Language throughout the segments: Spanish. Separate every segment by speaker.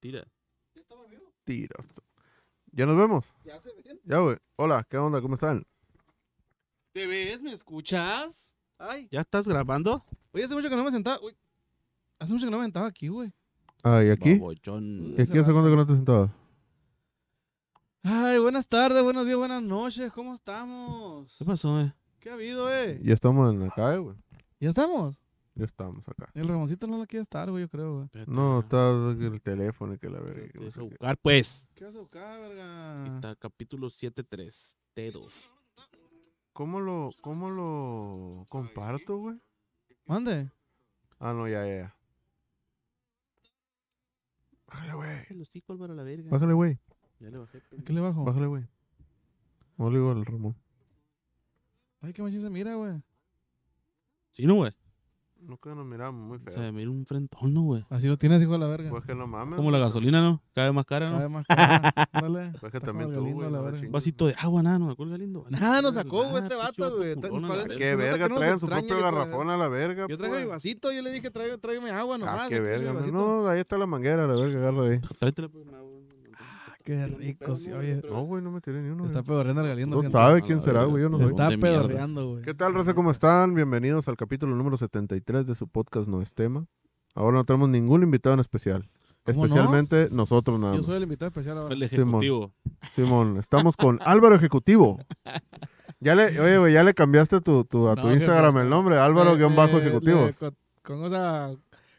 Speaker 1: Tira.
Speaker 2: Tiras. Ya nos vemos.
Speaker 3: ¿Ya se ven?
Speaker 2: Ya, güey. Hola, ¿qué onda? ¿Cómo están?
Speaker 3: ¿Te ves? ¿Me escuchas? Ay,
Speaker 1: ¿Ya estás grabando?
Speaker 3: oye, hace mucho que no me sentaba. Uy, hace mucho que no me sentaba aquí, güey.
Speaker 2: Ah, ¿y aquí?
Speaker 1: Babochón.
Speaker 2: ¿Y aquí hace cuánto que no te sentabas?
Speaker 3: Ay, buenas tardes, buenos días, buenas noches. ¿Cómo estamos?
Speaker 1: ¿Qué pasó, eh?
Speaker 3: ¿Qué ha habido, eh?
Speaker 2: Ya estamos en acá, eh, güey.
Speaker 3: ¿Ya estamos?
Speaker 2: Ya estamos acá.
Speaker 3: El Ramoncito no la quiere estar, güey, yo creo, güey.
Speaker 1: Espérate,
Speaker 2: No,
Speaker 1: espérate,
Speaker 2: está el teléfono y que la verga. que no
Speaker 1: Deja
Speaker 2: sé qué. Ah.
Speaker 1: buscar, pues.
Speaker 3: ¿Qué vas a buscar,
Speaker 1: Aquí
Speaker 3: verga?
Speaker 1: está, capítulo 7.3, T2.
Speaker 2: ¿Cómo lo, cómo lo comparto, güey?
Speaker 3: Mande.
Speaker 2: Ah, no, ya, ya, ya. Bájale, güey.
Speaker 1: El hocico, Álvaro, la verga.
Speaker 2: Bájale, güey.
Speaker 1: Ya le bajé.
Speaker 3: ¿A ¿Qué le bajo?
Speaker 2: Bájale, güey. No le digo al Ramón.
Speaker 3: Ay, qué machín se mira, güey.
Speaker 1: Sí, no, güey.
Speaker 2: Nunca nos miramos muy
Speaker 1: O
Speaker 2: feo.
Speaker 1: sea, mira un frentón, no,
Speaker 2: Ah,
Speaker 1: güey.
Speaker 3: Así lo tienes, hijo de la verga.
Speaker 2: Pues que no mames.
Speaker 1: Como la gasolina, ¿no? Cada vez más cara,
Speaker 3: Cada
Speaker 2: Ah,
Speaker 1: ¿no?
Speaker 3: vez más cara. Ándale.
Speaker 2: Pues que
Speaker 3: Está como
Speaker 2: también
Speaker 3: el
Speaker 2: tú,
Speaker 3: Galindo
Speaker 2: güey,
Speaker 3: a la
Speaker 2: no la
Speaker 3: verga.
Speaker 2: chingues.
Speaker 1: Un vasito de agua, nada, no me acuerdo, Galindo.
Speaker 3: Nada nos
Speaker 1: Nada,
Speaker 3: sacó, güey,
Speaker 1: pinche
Speaker 3: este vato, güey. Tan-
Speaker 1: culón, a la
Speaker 3: parece-
Speaker 1: verga.
Speaker 3: Nunca
Speaker 2: Qué verga,
Speaker 3: tenemos
Speaker 2: traen su
Speaker 3: extraña,
Speaker 2: propio
Speaker 3: hijo de la
Speaker 2: garrafón a la verga.
Speaker 3: Yo traigo
Speaker 2: pues.
Speaker 3: mi vasito, yo le dije, traigo, tráigame agua nomás.
Speaker 2: Ah,
Speaker 3: aquí
Speaker 2: qué
Speaker 3: está mi
Speaker 2: verga. man.
Speaker 3: vasito.
Speaker 2: No, ahí está la manguera, la verga, agarra ahí.
Speaker 1: Tráetela, pues, nada, güey.
Speaker 2: Ah,
Speaker 3: Ah, Qué rico, sí, oye.
Speaker 2: No, güey, no me tiré ni uno.
Speaker 3: Está
Speaker 2: güey.
Speaker 3: pedorreando el galindo.
Speaker 2: No
Speaker 3: gente.
Speaker 2: sabe
Speaker 1: A
Speaker 2: quién
Speaker 1: la
Speaker 2: será,
Speaker 1: verga.
Speaker 2: güey, yo no
Speaker 3: Se
Speaker 2: sé.
Speaker 3: está
Speaker 1: de mierda.
Speaker 3: pedorreando, güey.
Speaker 2: ¿Qué tal, raza? ¿Cómo están? Bienvenidos al capítulo número 73 de su podcast No es Tema. Ahora no tenemos ningún invitado en especial.
Speaker 3: ¿Cómo no?
Speaker 2: Especialmente nosotros nada
Speaker 3: Yo
Speaker 2: más.
Speaker 3: soy el invitado especial ahora.
Speaker 1: El
Speaker 2: Simón.
Speaker 1: ejecutivo.
Speaker 2: Simón, estamos con Álvaro Ejecutivo. Ya le, oye, güey, ya le cambiaste tu, tu- a tu
Speaker 3: No, Eh, jefe.
Speaker 2: Instagram el nombre, Álvaro
Speaker 3: Le-
Speaker 2: guión bajo
Speaker 3: le-
Speaker 2: ejecutivo.
Speaker 3: le- Con, con, o sea,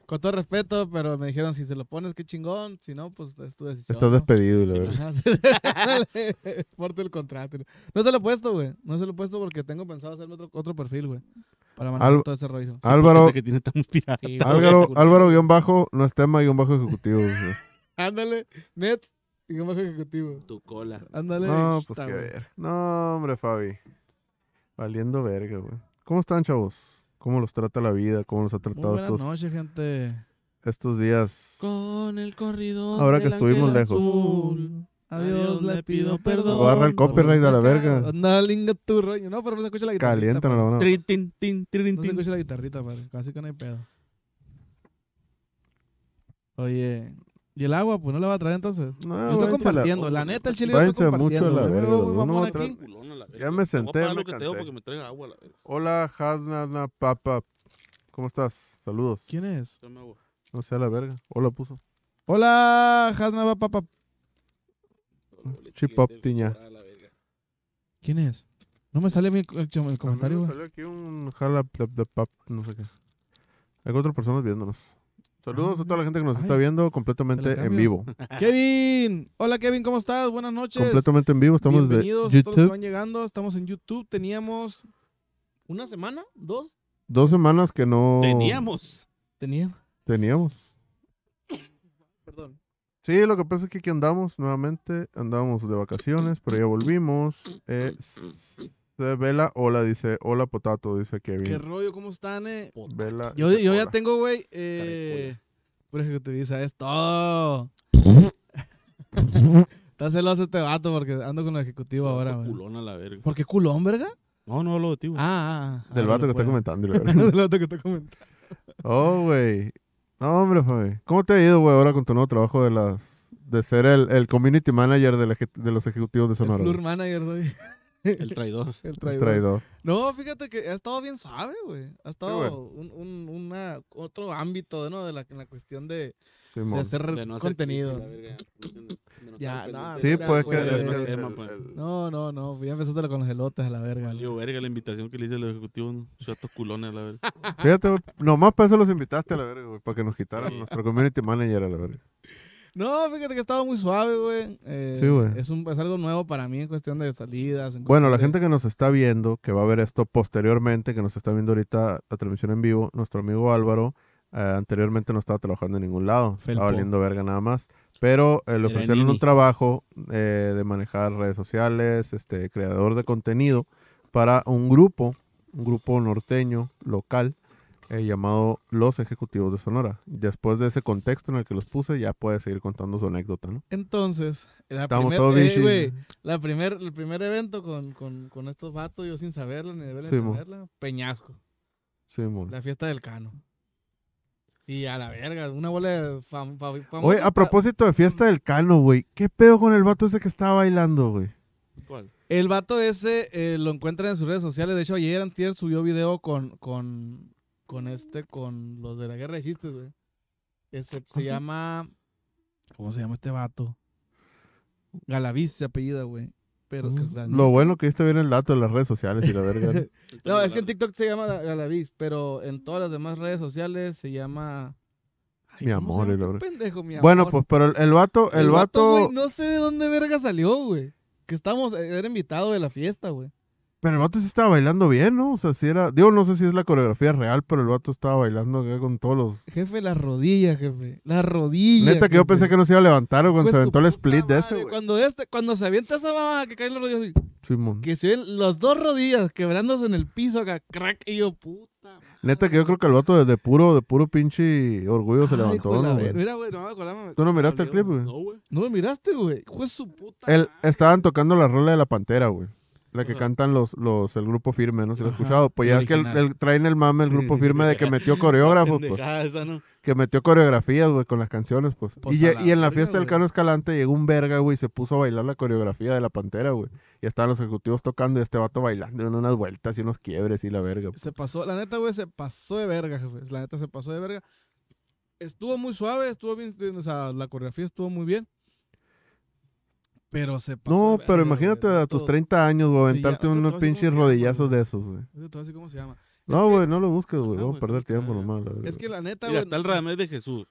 Speaker 3: con todo respeto, pero me dijeron, si se lo pones, qué chingón. Si no, pues es tu decisión.
Speaker 2: Estás
Speaker 3: ¿no?
Speaker 2: despedido, y la verdad.
Speaker 3: Ajá. Dale, Porta el contrato. No se lo he puesto, güey. No se lo he puesto porque tengo pensado hacerme otro, otro perfil, güey. Para mandar
Speaker 2: Al- Ah.
Speaker 3: todo ese rollo.
Speaker 2: Álvaro,
Speaker 1: Ese que tiene tan pirata.
Speaker 3: Sí,
Speaker 1: güey.
Speaker 2: Álvaro, Álvaro guión bajo, no es tema guión bajo ejecutivo. güey.
Speaker 3: Ándale, net y bajo ejecutivo.
Speaker 1: Tu cola.
Speaker 3: Ándale.
Speaker 2: No, pues
Speaker 3: está,
Speaker 2: qué
Speaker 3: güey.
Speaker 2: ver. No, hombre, Fabi. Valiendo verga, güey. ¿Cómo están, chavos? ¿Cómo los trata la vida? ¿Cómo los ha
Speaker 3: Muy
Speaker 2: tratado
Speaker 3: buenas
Speaker 2: estos,
Speaker 3: noches, gente.
Speaker 2: estos días?
Speaker 1: Con el corrido.
Speaker 2: Ahora que estuvimos lejos.
Speaker 3: Adiós, le pido perdón.
Speaker 2: Agarra el copyright a la verga.
Speaker 3: No, linga tu rollo. No, pero no se escucha la guitarrita.
Speaker 2: Calientan a
Speaker 3: padre.
Speaker 2: la banana.
Speaker 1: Trin, tin, tin, trin,
Speaker 3: No se
Speaker 1: tin.
Speaker 3: escucha la guitarrita, padre. Casi que no hay pedo. Oye, ¿y el agua? Pues no la va a traer entonces. Yo estoy
Speaker 2: No, Ah, váyanse a la-
Speaker 3: compartiendo. La neta, el chile yo
Speaker 2: váyanse
Speaker 3: estoy
Speaker 2: mucho a la
Speaker 3: compartiendo.
Speaker 2: verga,
Speaker 3: Yo me voy
Speaker 2: los
Speaker 3: mamón
Speaker 2: uno a
Speaker 3: aquí.
Speaker 2: traer-
Speaker 1: Culón a la verga.
Speaker 2: Ya me
Speaker 1: Te voy a
Speaker 2: senté,
Speaker 1: pagar
Speaker 2: me
Speaker 1: lo que te debo
Speaker 2: cansé.
Speaker 1: porque me traiga agua, la verga.
Speaker 2: Hola, Hanana Papa. ¿Cómo estás? Saludos.
Speaker 3: ¿Quién es?
Speaker 1: Tráeme agua.
Speaker 2: No sea la verga. Hola, puso.
Speaker 3: Hola, Hasnaba Papa.
Speaker 2: Chip up, tiña.
Speaker 1: A la verga.
Speaker 3: ¿Quién es? No me sale mi el, el comentario, güey.
Speaker 2: A mí me Salió aquí un jala plap, plap, plap, no sé qué. Hay cuatro personas viéndonos. Saludos a toda la gente que nos está
Speaker 3: Ay,
Speaker 2: viendo completamente en
Speaker 3: cambio.
Speaker 2: vivo.
Speaker 3: Kevin. Hola, Kevin, ¿cómo estás? Buenas noches.
Speaker 2: Completamente en vivo. Estamos de
Speaker 3: Bienvenidos a todos los que
Speaker 2: YouTube.
Speaker 3: van llegando. Estamos en YouTube. Teníamos una semana, dos.
Speaker 2: Dos semanas que no
Speaker 1: Teníamos.
Speaker 3: Teníamos.
Speaker 2: teníamos.
Speaker 3: Perdón.
Speaker 2: Sí, lo que pasa es que aquí andamos nuevamente, andábamos de vacaciones, pero ya volvimos. Eh, s- se ve la ola, dice, hola potato, dice
Speaker 3: ¿Qué
Speaker 2: Kevin.
Speaker 3: rollo? ¿Cómo están? eh?
Speaker 2: Vela,
Speaker 3: Yo,
Speaker 2: dice,
Speaker 3: yo ya
Speaker 2: "Hola".
Speaker 3: tengo, güey. Eh, pura ejecutiviza, es todo. Está celoso este vato porque ando con el ejecutivo ahora, güey.
Speaker 1: Culón a la verga.
Speaker 3: ¿Por qué culón, verga?
Speaker 1: No, no lo de ti, güey.
Speaker 3: Ah, ah, ah,
Speaker 2: Del
Speaker 3: ahora
Speaker 2: vato que
Speaker 3: lo
Speaker 2: está
Speaker 3: puedo.
Speaker 2: comentando. y la verga.
Speaker 3: Del vato que está comentando.
Speaker 2: oh, güey. No, hombre, Fabi. ¿Cómo te ha ido, güey, ahora con tu nuevo trabajo de las de ser el, el community manager de, la eje- de los ejecutivos de
Speaker 3: El
Speaker 2: Sonora?
Speaker 3: floor
Speaker 2: güey?
Speaker 3: manager, soy.
Speaker 1: El traidor.
Speaker 3: El
Speaker 2: El
Speaker 3: traidor.
Speaker 2: traidor.
Speaker 3: No, fíjate que ha estado bien suave, güey. Ha estado
Speaker 2: bueno.
Speaker 3: un, un- una, otro ámbito, ¿no? De la, en la cuestión de, de
Speaker 2: Simón.
Speaker 3: hacer
Speaker 1: De no hacer
Speaker 3: contenido.
Speaker 1: clics, la verga. De no
Speaker 3: Ya,
Speaker 1: estar pendiente.
Speaker 3: no,
Speaker 2: Sí,
Speaker 3: mira,
Speaker 2: pues que
Speaker 3: güey.
Speaker 2: el,
Speaker 1: De no
Speaker 2: el-
Speaker 1: tema,
Speaker 2: el-
Speaker 1: pues.
Speaker 2: el-
Speaker 3: No, no, no. Ya empezándole con los elotes a la verga. güey.
Speaker 1: Valió verga la invitación que le hice al ejecutivo. ¿no? Chatos culones, a la verga.
Speaker 2: Fíjate, güey, nomás para eso los invitaste a la verga, güey, para que nos
Speaker 1: Sí.
Speaker 2: quitaran nuestro community manager a la verga.
Speaker 3: No, fíjate que ha estado muy suave, güey. Eh,
Speaker 2: Sí, güey.
Speaker 3: Es, un- es algo nuevo para mí en cuestión de salidas. en
Speaker 2: Bueno, la
Speaker 3: cuestión
Speaker 2: gente que nos está viendo, que va a ver esto posteriormente, que nos está viendo ahorita la transmisión en vivo, nuestro amigo Álvaro eh, anteriormente no estaba trabajando en ningún lado,
Speaker 3: Felpo.
Speaker 2: estaba valiendo verga nada más, pero eh, le
Speaker 1: Era
Speaker 2: ofrecieron un
Speaker 1: nini.
Speaker 2: trabajo eh, de manejar redes sociales, este creador de contenido para un grupo, un grupo norteño local eh, llamado Los Ejecutivos de Sonora. Después de ese contexto en el que los puse, ya puede seguir contando su anécdota, ¿no?
Speaker 3: Entonces, la
Speaker 2: Estamos
Speaker 3: primer,
Speaker 2: todos
Speaker 3: eh,
Speaker 2: bien chidos.
Speaker 3: güey, la primer, el primer evento con, con, con estos vatos, yo sin saberla ni deberla
Speaker 2: Sí,
Speaker 3: ni
Speaker 2: mo.
Speaker 3: temerla, Peñasco,
Speaker 2: Simón.
Speaker 3: la fiesta del cano. Y a la verga, una bola de fam- fa- famosos
Speaker 2: Oye, a
Speaker 3: pa-
Speaker 2: propósito de fiesta del Cano, güey. ¿Qué pedo con el vato ese que estaba bailando, güey?
Speaker 1: ¿Cuál?
Speaker 3: El vato ese eh, lo encuentran en sus redes sociales. De hecho, ayer antier subió video con, con, con este, con los de la guerra de chistes, güey. Ese se
Speaker 2: Ah, sí?
Speaker 3: llama. ¿Cómo se llama este vato? Galaviz se apellida, güey. Pero es que es
Speaker 2: Lo bueno que viste bien el dato de las redes sociales y la verga. ¿no?
Speaker 3: No, es que en TikTok se llama Galaviz, pero en todas las demás redes sociales se llama. Ay,
Speaker 2: Mi
Speaker 3: ¿cómo se llama
Speaker 2: amor, y la
Speaker 3: este
Speaker 2: verdad.
Speaker 3: pendejo, mi
Speaker 2: bueno,
Speaker 3: amor?
Speaker 2: pues, pero el, el vato, el, vato,
Speaker 3: güey, no sé de dónde verga salió, güey. Que estamos, era invitado de la fiesta, güey.
Speaker 2: pero el vato sí estaba bailando bien, ¿no? O sea, sí era, digo, no sé si es la coreografía real, pero el vato estaba bailando acá con todos los.
Speaker 3: Jefe, las rodillas, jefe. Las rodillas. Pues,
Speaker 2: Neta que yo pensé que no se iba a levantar güey, cuando se aventó el split de ese, güey.
Speaker 3: Cuando, este, cuando se avienta esa mamá que caen las rodillas, así,
Speaker 2: Simón.
Speaker 3: que se ven las dos rodillas quebrándose en el piso acá, crack, y yo, puta. madre.
Speaker 2: Neta que yo creo que el vato desde puro, de puro pinche orgullo se
Speaker 3: Ay,
Speaker 2: levantó,
Speaker 3: hijo de la
Speaker 2: ¿no,
Speaker 3: ver-
Speaker 2: güey?
Speaker 3: Mira, güey, no me acordaba. me-
Speaker 2: ¿Tú no miraste el
Speaker 1: Salió,
Speaker 2: clip, güey?
Speaker 1: No, güey.
Speaker 3: No me miraste, güey. Fue su puta.
Speaker 2: El-
Speaker 3: madre.
Speaker 2: estaban tocando la rola de la pantera, güey. La que
Speaker 1: Ajá.
Speaker 2: cantan los, los, el grupo firme, ¿no? Si lo he
Speaker 3: Ajá,
Speaker 2: escuchado. Pues
Speaker 3: el
Speaker 2: ya es que el-
Speaker 3: original.
Speaker 2: el- traen el mame el grupo firme de que metió coreógrafos, pues.
Speaker 1: Pendejada esa, ¿no?
Speaker 2: Que metió coreografías, güey, con las canciones, pues.
Speaker 3: Pues
Speaker 2: y,
Speaker 3: a
Speaker 2: lle-
Speaker 3: la
Speaker 2: y en la
Speaker 3: verga,
Speaker 2: fiesta del
Speaker 3: güey.
Speaker 2: Cano Escalante llegó un verga, güey, y se puso a bailar la coreografía de la pantera, güey. Y estaban los ejecutivos tocando y este vato bailando en unas vueltas y unos quiebres y la verga.
Speaker 3: Pues Se pasó, la neta, güey, se pasó de verga, jefe. La neta se pasó de verga. Estuvo muy suave, estuvo bien, eh, o sea, la coreografía estuvo muy bien. Pero se pasó.
Speaker 2: No,
Speaker 3: de
Speaker 2: pero
Speaker 3: verga,
Speaker 2: imagínate
Speaker 3: güey.
Speaker 2: a tus
Speaker 3: Todo-
Speaker 2: 30 años, güey,
Speaker 3: Sí,
Speaker 2: aventarte
Speaker 3: ya, ahorita
Speaker 2: unos
Speaker 3: te voy a decir cómo se
Speaker 2: pinches
Speaker 3: llama,
Speaker 2: rodillazos
Speaker 3: güey.
Speaker 2: de esos, güey.
Speaker 3: Ahorita te voy a decir cómo se llama.
Speaker 2: No,
Speaker 3: que- Ah,
Speaker 2: güey, no lo busques, güey.
Speaker 1: Ajá,
Speaker 2: Vamos a
Speaker 1: güey,
Speaker 2: perder
Speaker 1: ahorita,
Speaker 2: tiempo nomás, la verga.
Speaker 3: Es que la neta,
Speaker 1: Mira,
Speaker 3: güey.
Speaker 1: está el Radamés de Jesús.